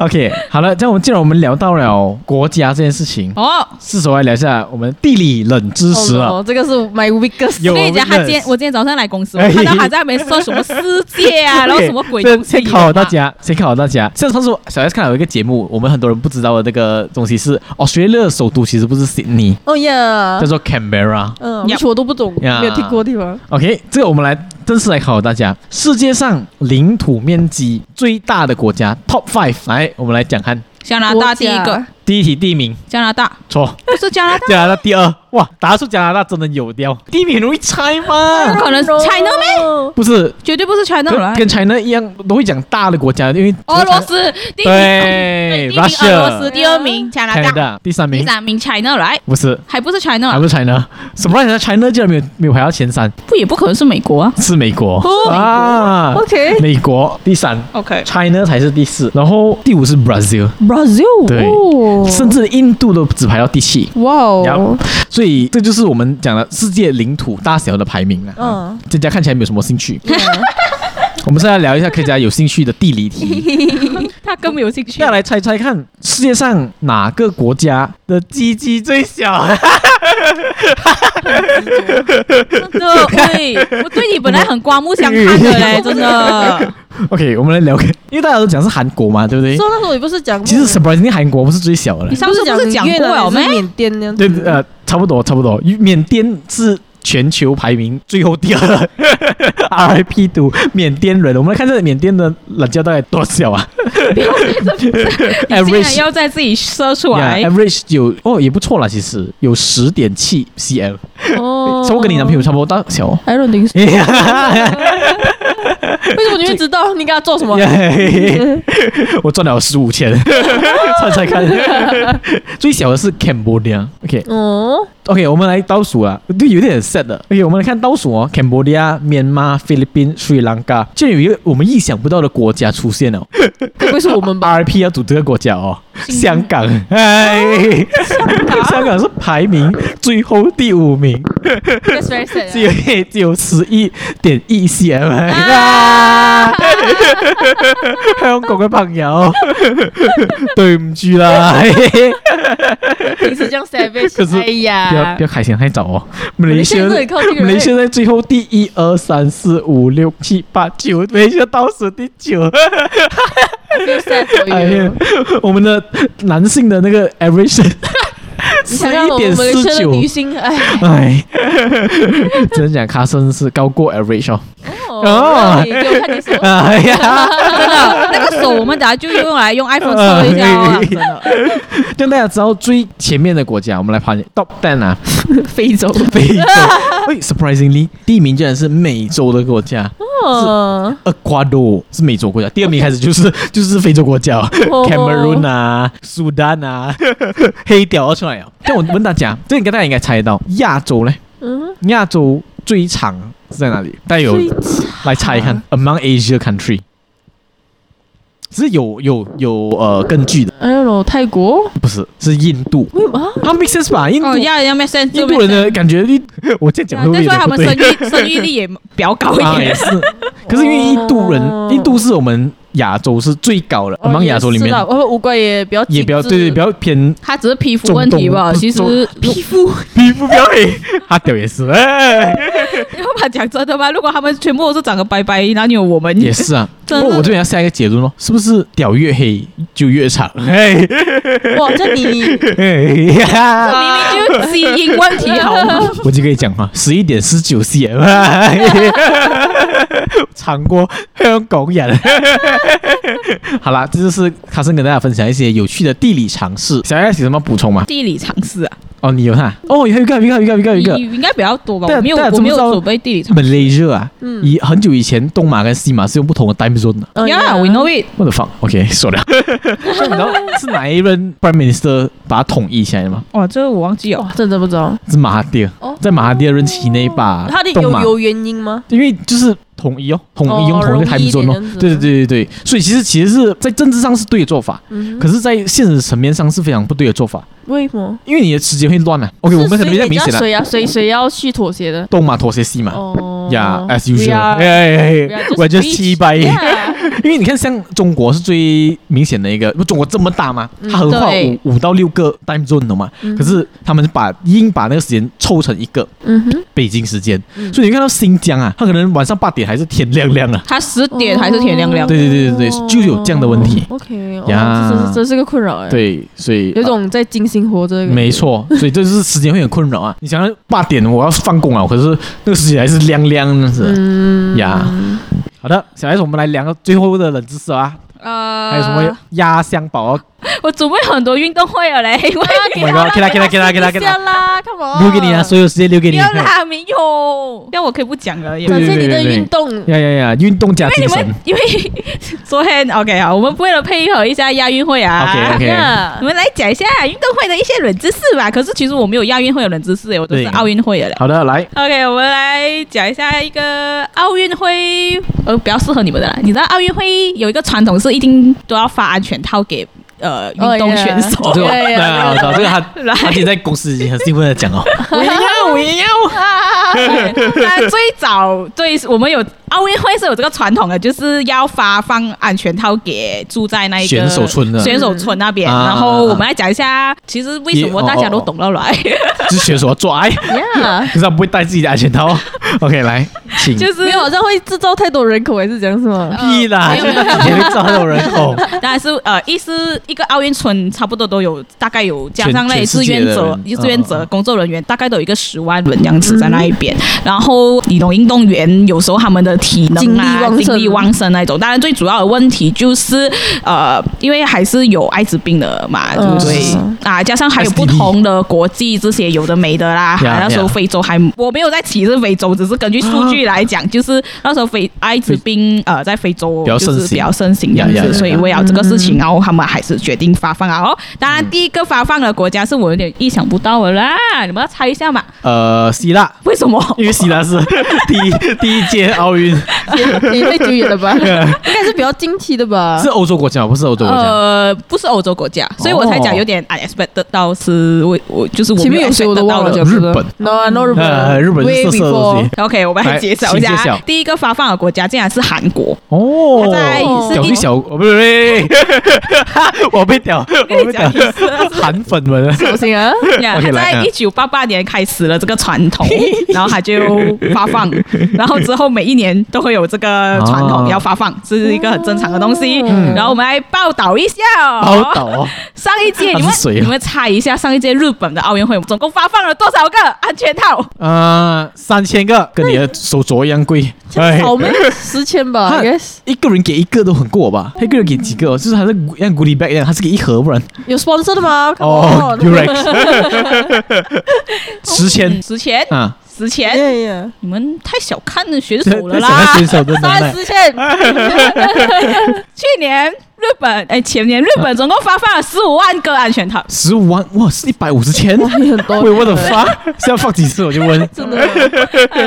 S2: OK，好了，这样我们既然我们聊到了国家这件事情，
S1: 哦，
S2: 是时候来聊一下我们地理冷知识啊了。
S5: 哦，这个是 my weakest。
S1: 我
S2: 有
S1: 跟你讲，他
S2: witness
S1: 今天我今天早上来公司，我
S2: 哎
S1: 看到他在那边说什么世界啊，然后什么鬼东西。啊
S2: 先考 好大家，先考好大家。像上次我小 S 看到有一个节目，我们很多人不知道的那个东西是，澳大利亚的首都其实不是 Sydney，、
S5: 哦呀
S1: 啊
S2: 叫，做 Canberra。
S5: 嗯，
S1: Yeah
S5: 而且我都不懂，
S2: Yeah
S5: 没有听过的地方。
S2: OK，这个我们来正式来考考大家。世界上领土面积最大的国家 Top Five，来，我们来讲看。
S1: 加拿大第一
S5: 国
S1: 个
S5: 家，
S2: 第一题第一名
S1: 加拿大
S2: 错，
S1: 不是加 拿大，
S2: 加拿大第二，哇，答出加拿大真的有掉。第一名很容易猜吗？
S1: 不可能 China 咩？
S5: 哦
S2: 不是，
S1: 绝对不是 China
S2: 跟
S1: 了。
S2: 跟 China 一样都会讲大的国家，因为
S1: 俄罗斯第一
S2: 对
S1: 第一名俄罗斯，
S2: Russia
S1: 第二名加拿大，
S2: Canada 啊第三
S1: 第
S2: 名
S1: 三名 China 来，
S2: 不是，
S1: 还不是
S2: 还
S1: China，
S2: 不是 China，什么来着？China 竟然没有没有排到前三，
S1: 不也不可能是美国啊。
S2: 是美国啊
S5: OK
S2: 美国第三
S1: OK，
S2: ，China 才是第四，然后第五是 Brazil，
S5: Brazil，
S2: 对
S5: 哦
S2: 甚至印度都只排到第七，
S5: 哇哦
S2: Yup，所以这就是我们讲的世界领土大小的排名了。嗯
S5: 嗯，
S2: 大家看起来没有什么兴趣。我们现在聊一下 大家有兴趣的地理题。
S1: 他更没有兴 趣
S2: 接下。来猜猜看，世界上哪个国家的鸡鸡最小？
S1: 真的，喂，我对你本来很刮目相看的 嘞， 真的。
S2: OK，我们来聊个，因为大家都讲是韩国嘛，对不对
S5: 所？以那时候你不是讲过，
S2: 其实 surprisingly 韩国不是最小的
S1: 你，上次不是讲
S5: 越
S1: 过
S5: 南
S1: 了
S5: 也
S1: 没
S5: 是？缅甸那样子，
S2: 对，呃，差不多，差不多。缅甸是全球排名最后第 二，RIP 赌缅甸人。我们来看这缅甸的懒觉大概多小啊
S1: 你竟然
S2: ？Average
S1: 要在自己说出
S2: y
S1: 来
S2: a，v e r a g e 有哦，也不错啦，其实有十点七 cm，
S5: 哦
S2: 差不多跟你男朋友差不多大小 哦。
S5: I don't think so 为什么你会知道？你跟他做 什么？
S2: 耶我赚了十五千， 猜猜看， 最小的是 Cambodia。OK
S5: 哦，
S2: OK，我们来倒数啊，就有点 sad 的。OK，我们来看倒数哦，Cambodia、Myanmar、菲律宾、斯里兰卡，这里有一个我们意想不到的国家出现了。
S5: 该不会是我们吧？
S2: RIP 要赌这个国家哦，香港，哎，香港是排名最后第五名。
S3: That's very sad
S2: 只有只有十一点一哎 cm 啊！香港嘅朋友， 對唔住啦，
S3: 平时这样 savage，
S2: 可是
S3: 哎
S2: 不要
S3: 呀
S2: 不，要开心太早哦。马来西亚
S3: 我们现在是很靠近人
S2: 马来西亚在最后第一二三四五六七八九，马来西亚倒数第九。哎呀，我们的男性的那个 average
S5: 你
S2: 十
S5: 想让
S2: 一
S5: 我
S2: 点
S5: 们
S2: 四
S5: 的
S2: 九
S5: 女，性哎，
S2: 哎，只能讲卡森是高过 average 哦。
S5: 哦，你给我看你手，
S2: 哎呀。
S1: 真的，那个手我们等下就用来用 iPhone 测一下啊
S2: 哎，
S1: 真的。
S2: 让大家知道最前面的国家，我们来盘 top ten 啊，非洲，非 洲。喂，surprisingly，第一名竟然是美洲的国家
S5: 哦，
S2: ，Ecuador 是美洲国家，第二名开始就是就是非洲国家哦
S5: 哦
S2: ，Cameroon 啊、苏丹啊， 黑屌要出来了。但我问大家，这应该大家应该猜得到，亚洲嘞，
S5: 嗯，
S2: 亚洲最长是在哪里？大家有
S5: 最
S2: 来猜一看，Among Asia country，只是有有有呃根据的。
S5: I don't
S3: 咯，泰国
S2: 不是，是印度。
S3: 为什么啊？
S2: 啊，make sense 吧？印度，
S1: 哦，要要 make sense，
S2: 印度人的感觉力，我这样讲会不
S1: 啊但
S2: 会有
S1: 是
S2: 点
S1: 他
S2: 不
S1: 们
S2: 对
S1: 生？育生 育力也比较高一
S2: 啊，也
S1: 点。
S2: 是。可是因为
S3: 哦
S2: 印度人，印度是我们亚洲是最高的，我们亚洲里
S3: 哦，
S2: 面
S3: 也是啦哦乌龟也比较
S2: 也比较对对比
S3: 较
S2: 较偏
S1: 他只是皮肤问题吧，
S2: 中东
S1: 其实皮肤，
S2: 皮肤比较黑， 阿屌也是，哎，
S1: 要不然讲真的吧，如果他们全部都是长得白白，哪里有我们？
S2: 也是啊。
S1: 真的
S2: 不过我这边要下一个结论咯，是不是屌越黑就 越长？
S3: 哎
S2: 嘿，
S3: 哇，这你
S2: 嘿
S3: 哎
S2: 呀
S1: 明明就是基因问题，好吗？
S2: 我就跟你讲嘛，十一点十九 cm，长过香港人。 好啦，这就是卡森跟大家分享一些有趣的地理常识。小艾有什么补充吗？
S1: 地理常识啊，
S2: 哦，你有哈？哦，有一个，有一个，有一个，有一个，有一个
S1: 你。应该比较多吧？
S2: 对啊
S1: 我没有
S2: 对啊，
S1: 我
S2: 怎么
S1: 没有
S2: 知道
S1: 准备地理常
S2: Malaysia 啊，以很久以前东马跟西马是用不
S3: 嗯
S2: 同的 time zone 的。
S1: 识。Yeah, we know it。
S2: 我的 fuck，OK，说了。然后是哪一任 prime minister 把它统一起来的吗？
S1: 哇，这个我忘记哦了。
S3: 哇，真的不知道
S2: 是马哈蒂尔
S3: 哦，
S2: 在马哈蒂尔任期内把
S3: 他的
S2: 东
S3: 有
S2: 马
S3: 有原因吗？
S2: 因为就是统一哦，统一用
S3: 哦
S2: 同一个
S3: 容易
S2: time
S3: 一点
S2: zone
S3: 这
S2: 哦
S3: 样子，
S2: 对对对对对，所以其实其实是在政治上是对的做法，
S3: 嗯哼，
S2: 可是，在现实层面上是非常不对的做法，
S3: 为什么？
S2: 因为你的时间会乱啊。OK，我们
S3: 是
S2: 很
S3: 谁
S2: 明
S3: 比
S2: 明
S3: 较
S2: 显了，
S3: 谁啊？谁谁要去妥协的？
S2: 东马妥协西马
S3: 哦
S2: 呀，as
S3: We
S2: usual，
S3: are-
S2: 哎哎
S3: we
S2: 哎
S3: are just
S2: 我就七百， 因
S3: Yeah
S2: 为你看像中国是最明显的一个，中国这么大嘛，它横跨五
S3: 对
S2: 五到六个 time zone 的嘛，可是他们把硬把那个时间凑成一个
S3: 嗯哼，
S2: 北京时间，
S3: 嗯
S2: 所以你看到新疆啊，它可能晚上八点还是天亮亮啊。
S1: 他十点还是天亮亮。
S2: 哦对对对对对，就有这样的问题。
S3: 哦 OK，
S2: 呀
S3: 哇，这是这是个困扰哎。，
S2: 对，所以
S3: 有种在精心活着的
S2: 呃
S3: 感觉。
S2: 没错，所以这就是时间会很困扰啊。你想八点我要放工啊，可是那个时间还是亮亮这样子
S3: 嗯，
S2: 呀。好的，小 S，我们来聊个最后的冷知识啊，
S1: 呃，
S2: 还有什么压箱宝哦？
S1: 我准备很多运动会了嘞，因为
S2: Oh my god，给他给他给他给他给
S3: 下
S2: 他，
S3: 啦，Come on，
S2: 留给你啊，所有时间留
S1: 不
S2: 给你。
S1: 要
S2: 嘿
S1: 啦，没有，但我可以不讲了，也
S2: 对
S3: 展
S2: 对
S3: 现你的
S2: 对对
S3: 运动。
S2: 呀呀呀，运动加
S1: 因为
S2: 精
S1: 你们
S2: 神。
S1: 因为 昨天 OK 好，我们为了配合一下亚运会啊
S2: OK，OK
S1: 你们来讲一下运动会的一些冷知识吧。可是其实我没有亚运会的冷知识耶，我都是
S2: 对
S1: 奥运会的嘞。
S2: 好的，来，
S1: OK，我们来讲一下一个奥运会，呃，比较适合你们的啦。你知道奥运会有一个传统是一定都要发安全套给呃运
S3: 哦
S1: 动
S3: yeah
S1: 选手。
S2: 哦 这个，
S3: 呀
S2: 对
S3: 呀呀
S2: 啊，我知道这个他
S1: 来
S2: 他今天在公司已经很兴奋的讲哦， 我也要，我也要。
S1: 那最早对我们有啊奥运会是有这个传统的，就是要发放安全套给住在那一个
S2: 选手村的
S1: 选手村那边。
S2: 嗯啊
S1: 然后我们来讲一下，其实为什么大家都懂得来，
S2: 就是选手要做爱，
S3: 呀，
S2: 可是他不会戴自己的安全套。OK，来，哦请。
S1: 就是
S3: 没有好像会制造太多人口，还是这样是 吗？
S2: 屁
S1: 哦
S2: 啦，
S1: 没有
S2: 就是那几天会造那种人哦口。
S1: 当然是呃，意思一个奥运村差不多都有大概有加上那些
S2: 全全
S1: 志
S2: 世界
S1: 愿
S2: 的
S1: 者
S2: 人、
S1: 志愿
S2: 嗯嗯
S1: 者
S2: 嗯、
S1: 工作人员，大概都有一个十万人这样子在那一边。然后你懂，运动员有时候他们的体能啊、
S3: 精力旺盛
S1: 精力旺盛那一种。当然，最主要的问题就是呃，因为还是有艾滋病的嘛，对不对
S3: 嗯？
S1: 啊，加上还有不
S2: STD
S1: 同的国际这些有的没的啦。
S2: 呀
S1: 啊那时候
S2: 呀
S1: 非洲还我没有在歧视非洲，只是根据数据来讲，就是那时候非艾滋病呃在非洲
S2: 啊比较
S1: 就
S2: 盛
S1: 是比
S2: 行
S1: 较盛行这样
S2: 呀呀
S1: 子，
S2: 呀
S1: 所以为了这个事
S3: 嗯
S1: 情，然后他们还是决定发放啊。哦，当然第一个发放的国家是我有点意想不到的啦，你们要猜一下嘛？
S2: 呃，希腊，
S1: 为什么？
S2: 因为希腊是第一第一届奥运，
S3: 也太久远了 吧？应该是比较近期的
S1: 啊
S3: 吧？
S2: 是欧啊洲国家，不是欧洲国家。哦
S1: 呃，不是欧洲国家，所以我才讲有点 unexpected 到是我我就是我
S3: 前面有谁
S1: expect
S3: 我都忘
S1: 到
S3: 了，
S1: 的
S3: 讲真的
S2: 日本
S3: ，no I know 日
S2: 呃，
S3: 本，
S2: 日本是
S3: Way
S2: 色色的东
S3: before
S2: 西。
S1: OK，我们来
S2: 来
S1: 揭晓
S2: 请
S1: 一
S2: 揭
S1: 下
S2: 晓，
S1: 第一个发放的国家竟然是韩国。
S2: 哦
S1: 他在
S3: 是
S2: 屌
S1: 第
S2: 对小，哦不是不是，我被屌，我被屌
S1: 讲意思，
S2: 韩粉们。
S3: 小心啊！
S1: 呀，
S2: OK，
S1: 他
S2: 来
S1: 在
S2: 啊
S1: 一九八八年开始了这个传统，然后他就发 放，然后之后每一年都会有这个传
S2: 啊
S1: 统要发放，这是一个很正常的东西。
S3: 嗯
S1: 然后我们来哦报道一下哦，
S2: 报道哦，
S1: 上一届
S2: 他
S1: 你
S2: 是
S1: 们
S2: 谁啊
S1: 你们猜一下，上一届日本的奥运会总共发放了多少个安全套？
S2: 呃，三千个跟你的手镯一样贵， 哎，
S3: 草莓十千吧
S2: 他
S3: ，I guess
S2: 一个人给一个都很过吧？他一个人给几个哦？就是他是像 goodie bag 一样，他是给一盒，不然
S3: 有 sponsor 的吗？
S2: 哦 u r e x 十千
S1: 嗯哎十千，
S2: 啊，
S1: 十千，
S3: 耶耶，
S1: 你们太小看了选
S2: 这
S1: 手了
S2: 这小
S1: 啦
S2: 孩！选手的能
S3: 三
S2: 耐，
S3: 十千，
S1: 去年日本，哎，前年日本总共发放了十五万个安全 套。
S2: 十五万哇，是一百五十千，
S3: 你很多
S2: 喂，我的发，是要放几次我就问，
S3: 真的
S1: 嗯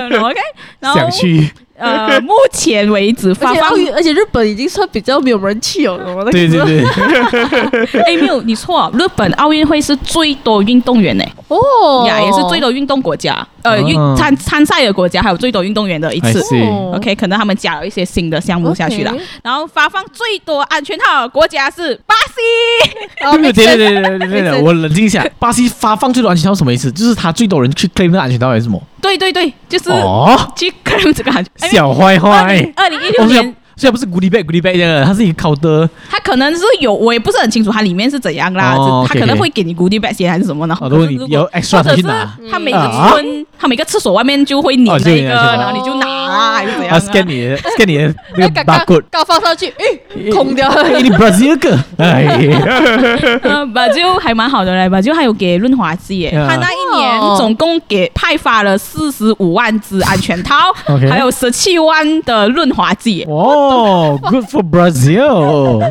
S1: 哎 OK，然后
S2: 想去
S1: 呃，目前为止发
S3: 而且
S1: 放
S3: 奥运，而且日本已经算比较没有人去了，我的
S2: 对对对，
S1: 哎没有，你错，日本奥运会是最多运动员呢，
S3: 哦，
S1: 呀也是最多运动国家，呃运
S2: 哦
S1: 参参赛的国家还有最多运动员的一
S2: I
S1: 次。
S2: see
S3: 哦
S1: OK，可能他们加了一些新的项目下去了
S3: OK。
S1: 然后发放最多安全套的国家是巴西。
S3: 啊
S2: 对对
S3: make
S2: 对
S3: sense
S2: 对对对对对，我冷静一下。巴西发放最多安全套是什么意思？就是他最多人去 claim 的安全套还是什么？
S1: 对对对，就是
S2: 哦，
S1: 去 claim 这个安全。哎
S2: 小坏坏。
S1: 二零一
S2: 哦
S1: 六
S2: 虽
S1: 年
S2: 然，虽然不是 goodie bag goodie bag 这样的，它是一个靠的。
S1: 他可能是有，我也不是很清楚它里面是怎样啦。
S2: 哦
S1: 他
S2: OK，OK
S1: 可能会给你 goodie bag 先还是什么，然后
S2: 哦
S1: 可是
S2: 如果你
S1: 如
S2: 有 extra
S1: 或者
S2: 才去
S1: 是
S2: 拿
S1: 他每个
S2: 啊
S1: 村，他每个厕所外面就会粘
S2: 哦就
S1: 那
S2: 有
S1: 个，
S2: 安全套
S1: 然后你就拿啊还是怎样
S2: 他
S1: 啊？
S2: scan 你的 scan 你的那
S3: 那
S2: 个
S3: 刚
S2: barcode，
S3: 刚刚放上去，哎，空掉了。
S2: 哎你 Brazil 个，哎，
S1: 呃，把就还蛮好的嘞，把就还有给润滑剂耶，
S2: Yeah
S1: 他那一年
S3: 哦
S1: 总共给派发了四十五万只安全 套
S2: OK
S1: 还有十七万的润滑剂耶。
S2: 哦，Good for Brazil。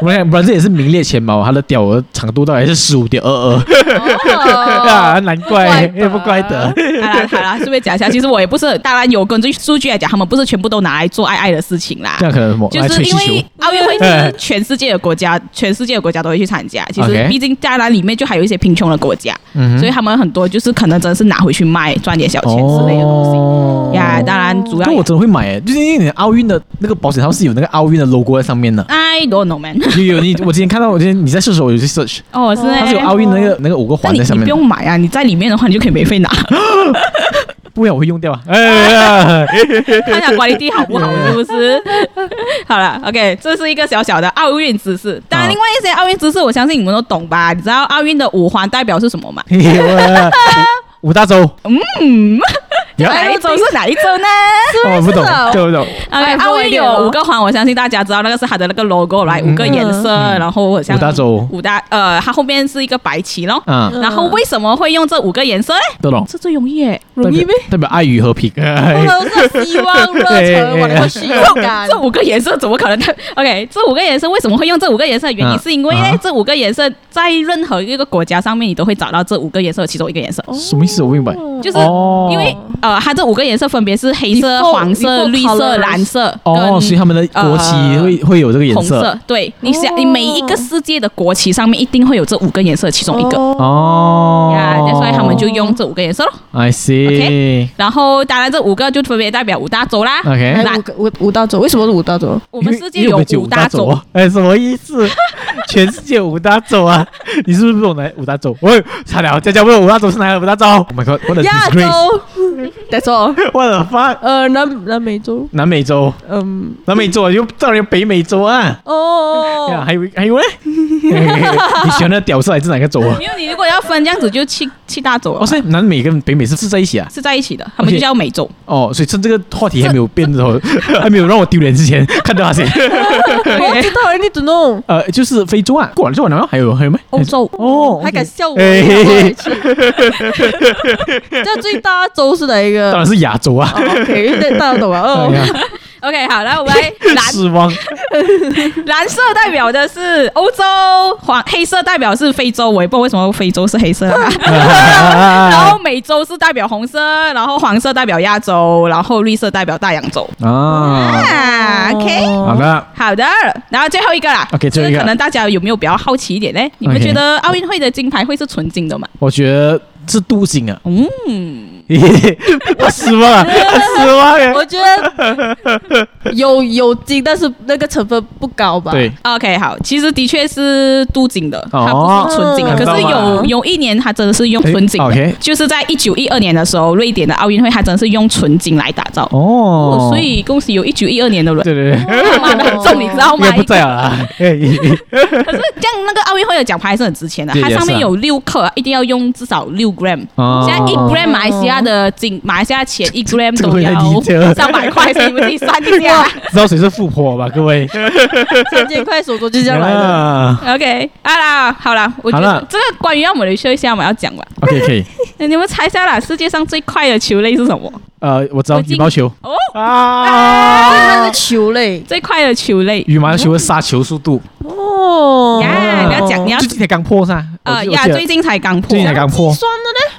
S2: 我们看 Brazil 也是名列前茅，它的屌的长度大概是十五点二二啊，难怪，
S3: 不怪得
S2: 也不怪得。
S1: 好啦好啦，顺便讲一下，其实我也不是很，当然有根据数据来讲，他们不是全部都拿来做爱爱的事情啦
S2: 这。样可能什么？
S1: 就
S2: 来
S1: 是
S2: 吹
S1: 因
S2: 气球
S1: 为奥运会是全世界的国家，全世界的国家都会去参加。其实
S2: OK
S1: 毕竟加拿大里面就还有一些贫穷的国家，
S2: 嗯哼
S1: 所以他们很多就是可能真的是拿回去卖赚点小钱之类的东
S2: 哦
S1: 西呀。当然主要
S2: 那我真的会买诶，就是因为你的奥运的那个保险套是有那个奥运的 logo 在上面的。
S1: I don't know man。
S2: 有有你，我今天看到，我今天你在试的时候，我有去 search，
S1: 哦，是
S2: 它是有奥运那个那个五个
S1: 那
S2: 环
S1: 你
S2: 在
S1: 你
S2: 上面
S1: 不
S2: 的。
S1: 用买啊，你在里面的话你就可以免费 拿，
S2: 不然我会用掉啊！哎呀，
S1: 看一下管理地好不好，是不是？ 好了，OK，这是一个小小的奥运知识。当然，
S2: 好
S1: 另外一些奥运知识，我相信你们都懂吧？你知道奥运的五环代表是什么吗？
S2: 嘿嘿我五大洲，
S1: 嗯，
S2: 呀
S1: 哪一周是哪一周呢
S2: 哦，不懂
S3: 啊，
S2: 对不懂？
S1: ？OK，奥运有五个环，我相信大家知道那个是它的那个 logo 来，五个颜色，然后好像
S2: 嗯五大洲
S1: 五大呃，它后面是一个白旗咯。
S2: 啊，
S1: 然后为什么会用这五个颜色嘞？
S2: 不懂，
S1: 嗯哦这最容易耶，
S2: 容易呗？代表爱与和平。哎
S3: 我是希望热忱，我能够虚荣感
S1: 这。五个颜色怎么可能 ？OK，这五个颜色为什么会用这五个颜色？原因
S2: 嗯
S1: 是因为呢，
S2: 啊
S1: 这五个颜色在任何一个国家上面，你都会找到这五个颜色的其中一个颜色，
S2: 什么意思？我不明白。
S1: 就是
S2: 哦
S1: 因为呃，它这五个颜色分别是黑色、
S3: Default-
S1: 黄色、
S3: default
S1: 绿色、
S3: colours
S1: 蓝色
S2: 哦，所以
S1: 跟
S2: 他们的国旗会会有这个颜
S1: 红
S2: 色。哦
S1: 色。对，你想，你每一个世界的国旗上面一定会有这五个颜色的其中一个。
S2: 哦，
S1: 呀，所以他们就用这五个颜色咯。
S2: I see。
S1: 然后，当然这五个就分别代表五大洲啦。
S2: OK，
S1: 那
S5: 五个五五大洲，为什么是五大洲？
S1: 我们
S2: 因为
S1: 世界
S2: 因为我
S1: 有
S2: 们只有
S1: 五大
S2: 洲
S1: 洲
S2: 啊，哎，什么意思？ 全世界五大洲啊？ 你是不是不懂来五大洲？喂，差了，佳佳问我五大洲是哪五大洲？Oh my god，what a
S3: 亚洲
S2: disgrace！
S3: ，That's all。
S2: What the fuck？
S3: 呃，南南美洲，
S2: 南美洲，
S3: 嗯，
S2: 南美洲啊，又当然有北美洲啊。呀，
S3: 哦，
S2: 还有还有嘞， 你喜欢的屌丝来自哪个州 啊？
S1: 没有你如果要分这样子，就七七大洲了
S2: 哦，
S1: 嘛。
S2: 所以南美跟北美是是在一起啊？
S1: 是在一起的，他们就叫美 洲。
S2: 哦，所以趁这个话题还没有变的时 候，还没有让我丢脸之 前，看到他先。
S3: 我知道，你怎弄？
S2: 呃，就是非洲啊，过完之后呢，还有还有没？
S1: 欧洲
S2: 哦，
S3: 还敢 笑我？
S2: 哎嘿嘿
S3: 这最大洲是哪一
S2: 当
S3: 个
S2: 然是亚洲啊。
S5: 哦
S3: ？OK，大大家懂啊？
S2: 哎
S3: 哦，
S2: 呀
S1: OK，好，来我们 来蓝
S2: 失望。
S1: 蓝色代表的是欧洲，黄黑色代表是非洲，我也不知道为什么非洲是黑色 啊、
S2: 啊
S1: 然后美洲是代表红色，然后黄色代表亚洲，然后绿色代表大洋洲。
S2: 啊，
S1: 啊，OK。
S2: 好的，
S1: 好的，然后最后一个啦
S2: OK，最后一个
S1: 这可能大家有没有比较好奇一点呢？你们
S2: OK
S1: 觉得奥运会的金牌会是纯金的吗？
S2: 我觉得是镀金啊，
S1: 嗯，
S2: 我 失望 啊，失望啊。
S3: 我觉得有有金，但是那个成分不高吧？
S2: 对，
S1: OK，好，其实的确是镀金的，它不是纯金的。
S2: 哦
S1: 可是
S2: 看到
S1: 有
S3: 吗
S1: 有一年，它真的是用纯金的，
S2: 诶，OK
S1: 就是在一九一二年的时候，瑞典的奥运会，它真的是用纯金来打造。
S2: 哦
S1: 哦，所以恭喜有一九一二年的人，
S2: 对对对，
S1: 他妈的 很重，你知道
S2: 应
S1: 吗？
S2: 该不在了啊。 哎
S1: 可是这样那个奥运会的奖牌还是很值钱的，
S2: 对
S1: 它
S2: 也是啊
S1: 上面有六克，一定要用至少六 gram。
S2: 哦
S1: 现在一 gram 马来西亚的金，马来西亚钱一 gram
S2: 这个
S1: 都
S2: 会太低调了
S1: 要三百块，所以你们自己算一 下。
S2: 知道谁是富婆吧，各位？
S3: 千金快手镯就这样来的。
S2: 啊
S1: OK，啊啦，好啦，我觉
S2: 好
S1: 得
S2: 啦
S1: 这个关于要马来西亚一下嘛，要讲吧。哎
S2: OK，可以。
S1: 你们猜一下啦，世界上最快的球类是什么？
S2: 呃，我知道
S1: 我进
S2: 羽毛球
S1: 哦，
S3: 那
S2: 啊
S3: 是，球类
S1: 最快的球类。
S2: 羽毛球的杀球速度，
S3: 哦
S1: 呀，你要讲，你要
S2: 最近才刚破噻。
S1: 呃
S2: 我记得
S1: 呀，
S2: 我记得
S1: 最近才刚破
S2: 最，近才刚破
S3: 酸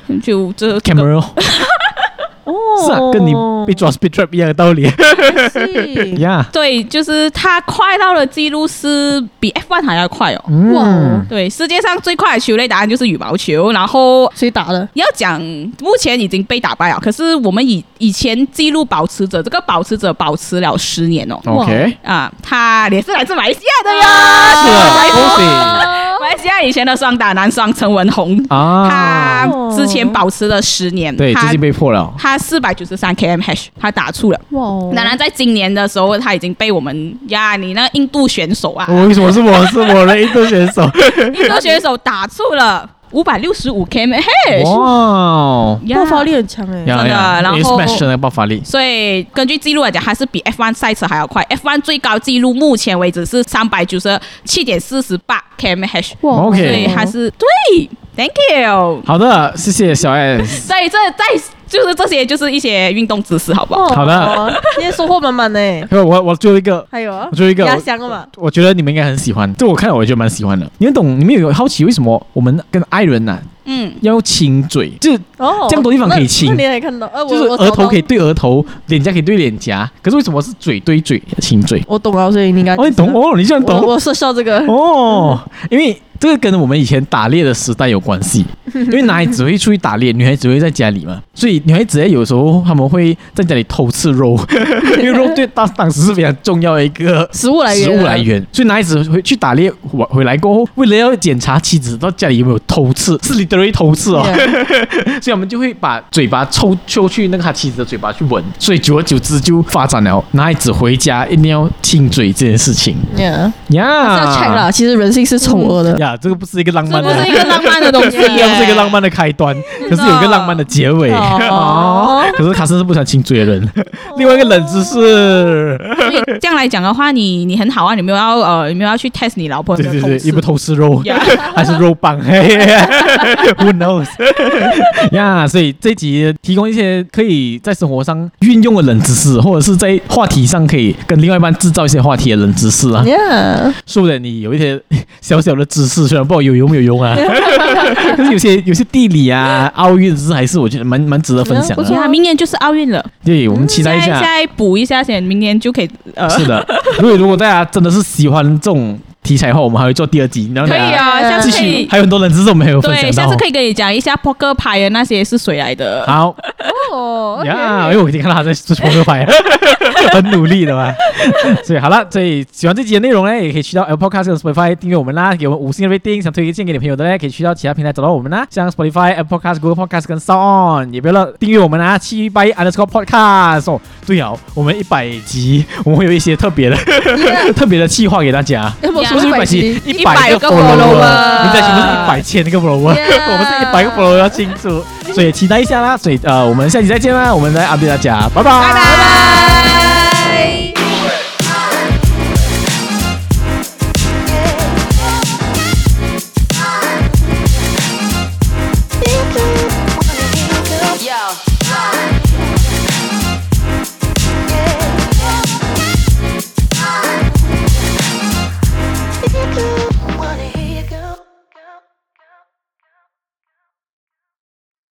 S3: 的呢？
S1: 就这个
S2: ，Camera
S3: 哦，
S2: 是啊，跟你被抓 speed trap 一样的道理
S5: 是
S2: 呀。
S1: 对，就是他快到的记录是比 F1 还要快哦。
S2: 嗯，
S1: 对，世界上最快的球类答案就是羽毛球，然后
S5: 谁打的？
S1: 你要讲，目前已经被打败了，可是我们以以前记录保持者，这个保持者保持了十年哦。
S2: ，OK，
S1: 啊，他也是来自马来西亚的呀，
S2: 是啊，恭喜
S1: 马来西亚以前的双打男双陈文宏，
S2: 啊
S1: 他，之前保持了十年，
S2: 对，最
S1: 他啊
S2: 近被破了，
S1: 他四百九十三 km hash，他打出了。
S5: 哇哦
S1: 当然，在今年的时候，他已经被我们呀，你那印度选手啊，
S2: 为什么是我是我的印度选 手？
S1: 印度选手打出了五百六十五 km hash，
S2: 哇，
S1: 呀
S5: 爆发力很强哎、
S2: 哦呀
S1: 真的
S2: 呀
S1: 然后
S2: smash 的那个爆发力，
S1: 所以根据记录来讲，还是比 F1 赛车还要快。F1 最高记录目前为止是三百九十七点四十八 km h
S5: 哇
S2: OK
S1: 所以还
S2: 嗯
S1: 是对，Thank you。
S2: 好的，谢谢小 S。
S1: 所以这在就是这些就是一些运动知识，好不好？
S2: 好的，
S5: 哦，今天收获满满呢、
S2: 我我最后一个，
S5: 还有啊
S2: 我，最后一个，
S5: 压
S2: 我
S5: 箱了嘛？
S2: 我觉得你们应该很喜欢。这我看了，我觉得蛮喜欢的。你们懂？你们有好奇为什么我们跟爱人呐、
S1: 嗯，
S2: 要亲嘴？就是
S5: 哦，
S2: 这样多地方可以
S5: 那
S2: 亲
S5: 那你还看到？呃，我
S2: 就是
S5: 我
S2: 额头可以
S5: 以，
S2: 对额头，脸颊可以对脸颊。可是为什么是嘴对嘴亲嘴？
S5: 我懂了，所以你应
S1: 啊
S5: 该
S2: 哦，你懂
S5: 我，
S2: 哦，你竟然 懂
S5: 我是笑这 个，
S2: 哦，因为这个跟我们以前打猎的时代有 关系，因为男孩子会出去打猎，女孩子会在家里嘛，所以女孩子有时候他们会在家里偷吃 肉，因为肉对当当时是非常重要的一个
S5: 食物来源
S2: 食
S5: 啊，
S2: 物来源，所以男孩子回去打猎回回来过后，为了要检查妻子到家里有没有偷吃，是 literally 偷吃哦
S5: Yeah
S2: 所以我们就会把嘴巴抽抽去那个他妻子的嘴巴去闻，所以久而久之就发展了男孩子回家一定要亲嘴这件事情
S5: Yeah，
S2: 呀。
S5: 是要 check 啦。其实人性是丑
S2: 嗯
S5: 恶的，
S2: 呀，这个不是一个浪
S1: 这
S2: 漫
S1: 不
S2: 的，
S1: 是一个浪漫的东西耶，
S5: 一
S2: 又不 是一个浪漫的开端，可是有一个浪漫的结尾。
S5: 哦
S2: 哦， 可是卡森是不想亲嘴的人。
S1: 哦
S2: 另外一个冷知识，
S1: 所以这样来讲的话，你你很好啊，你没有要呃，你没有要去 test 你老婆
S2: 对
S1: 有没
S2: 对
S1: 有同
S2: 对，
S1: 事
S2: 也不偷 吃肉
S1: Yeah
S2: 还是肉 棒，嘿嘿嘿 ，Who knows？呀，所以这一集提供一些可以在生活上运用的冷知识，或者是在话题上可以跟另外一半制造一些话题的冷知识啊，
S5: Yeah，
S2: 说不定你有一些 小小的知识，虽然不知道有有没有用啊， 但是有些有些地理 啊、奥运知识还是我觉得蛮蛮值得分享
S5: 不
S2: 的
S5: 错。
S1: 啊呀，明年就是奥运了，
S2: 对，我们期待一
S1: 现在
S2: 下
S1: 现。在补一下先，明年就可以呃，
S2: 是的，如果如果大家真的是喜欢这种题材的话，我们还会做第二集，然后
S1: 可
S2: 大
S1: 以
S2: 家
S1: 啊，下次
S2: 继
S1: 可
S2: 续
S1: 以。
S2: 还有很多冷知识我们没有分享
S1: 对，
S2: 到。哦
S1: 下次可以跟你讲一下扑克牌的那些是谁来的。
S2: 好
S5: 哦
S2: 呀，因哎为我已经看到他在做扑克牌， 很努力的嘛。 所以好了，所以喜欢这集的内容呢，也可以去到 Apple Podcast 和 Spotify 订阅我们啦，给我们五星的 rating。想推荐给你朋友的呢，可以去到其他平台找到我们啦，像 Spotify、Apple Podcast、Google Podcast 跟 Sound On，也不要忘了订阅我们啊，七百 underscore podcast。哦，对哦，我们一百集，我们会有一些特别的、特别的计划给大家。
S5: 要不
S1: 呀
S2: 不
S5: 说
S2: 是一百
S5: 百
S2: 集
S5: 集，，
S2: 一百个 follower，
S1: follower
S2: 你们在全部是一百千个 follower，
S5: Yeah
S2: 我们是一百个 follower 要清楚，所以期待一下啦，所以呃，我们下期再见啦，我们再 update 大家，拜拜
S1: 拜拜。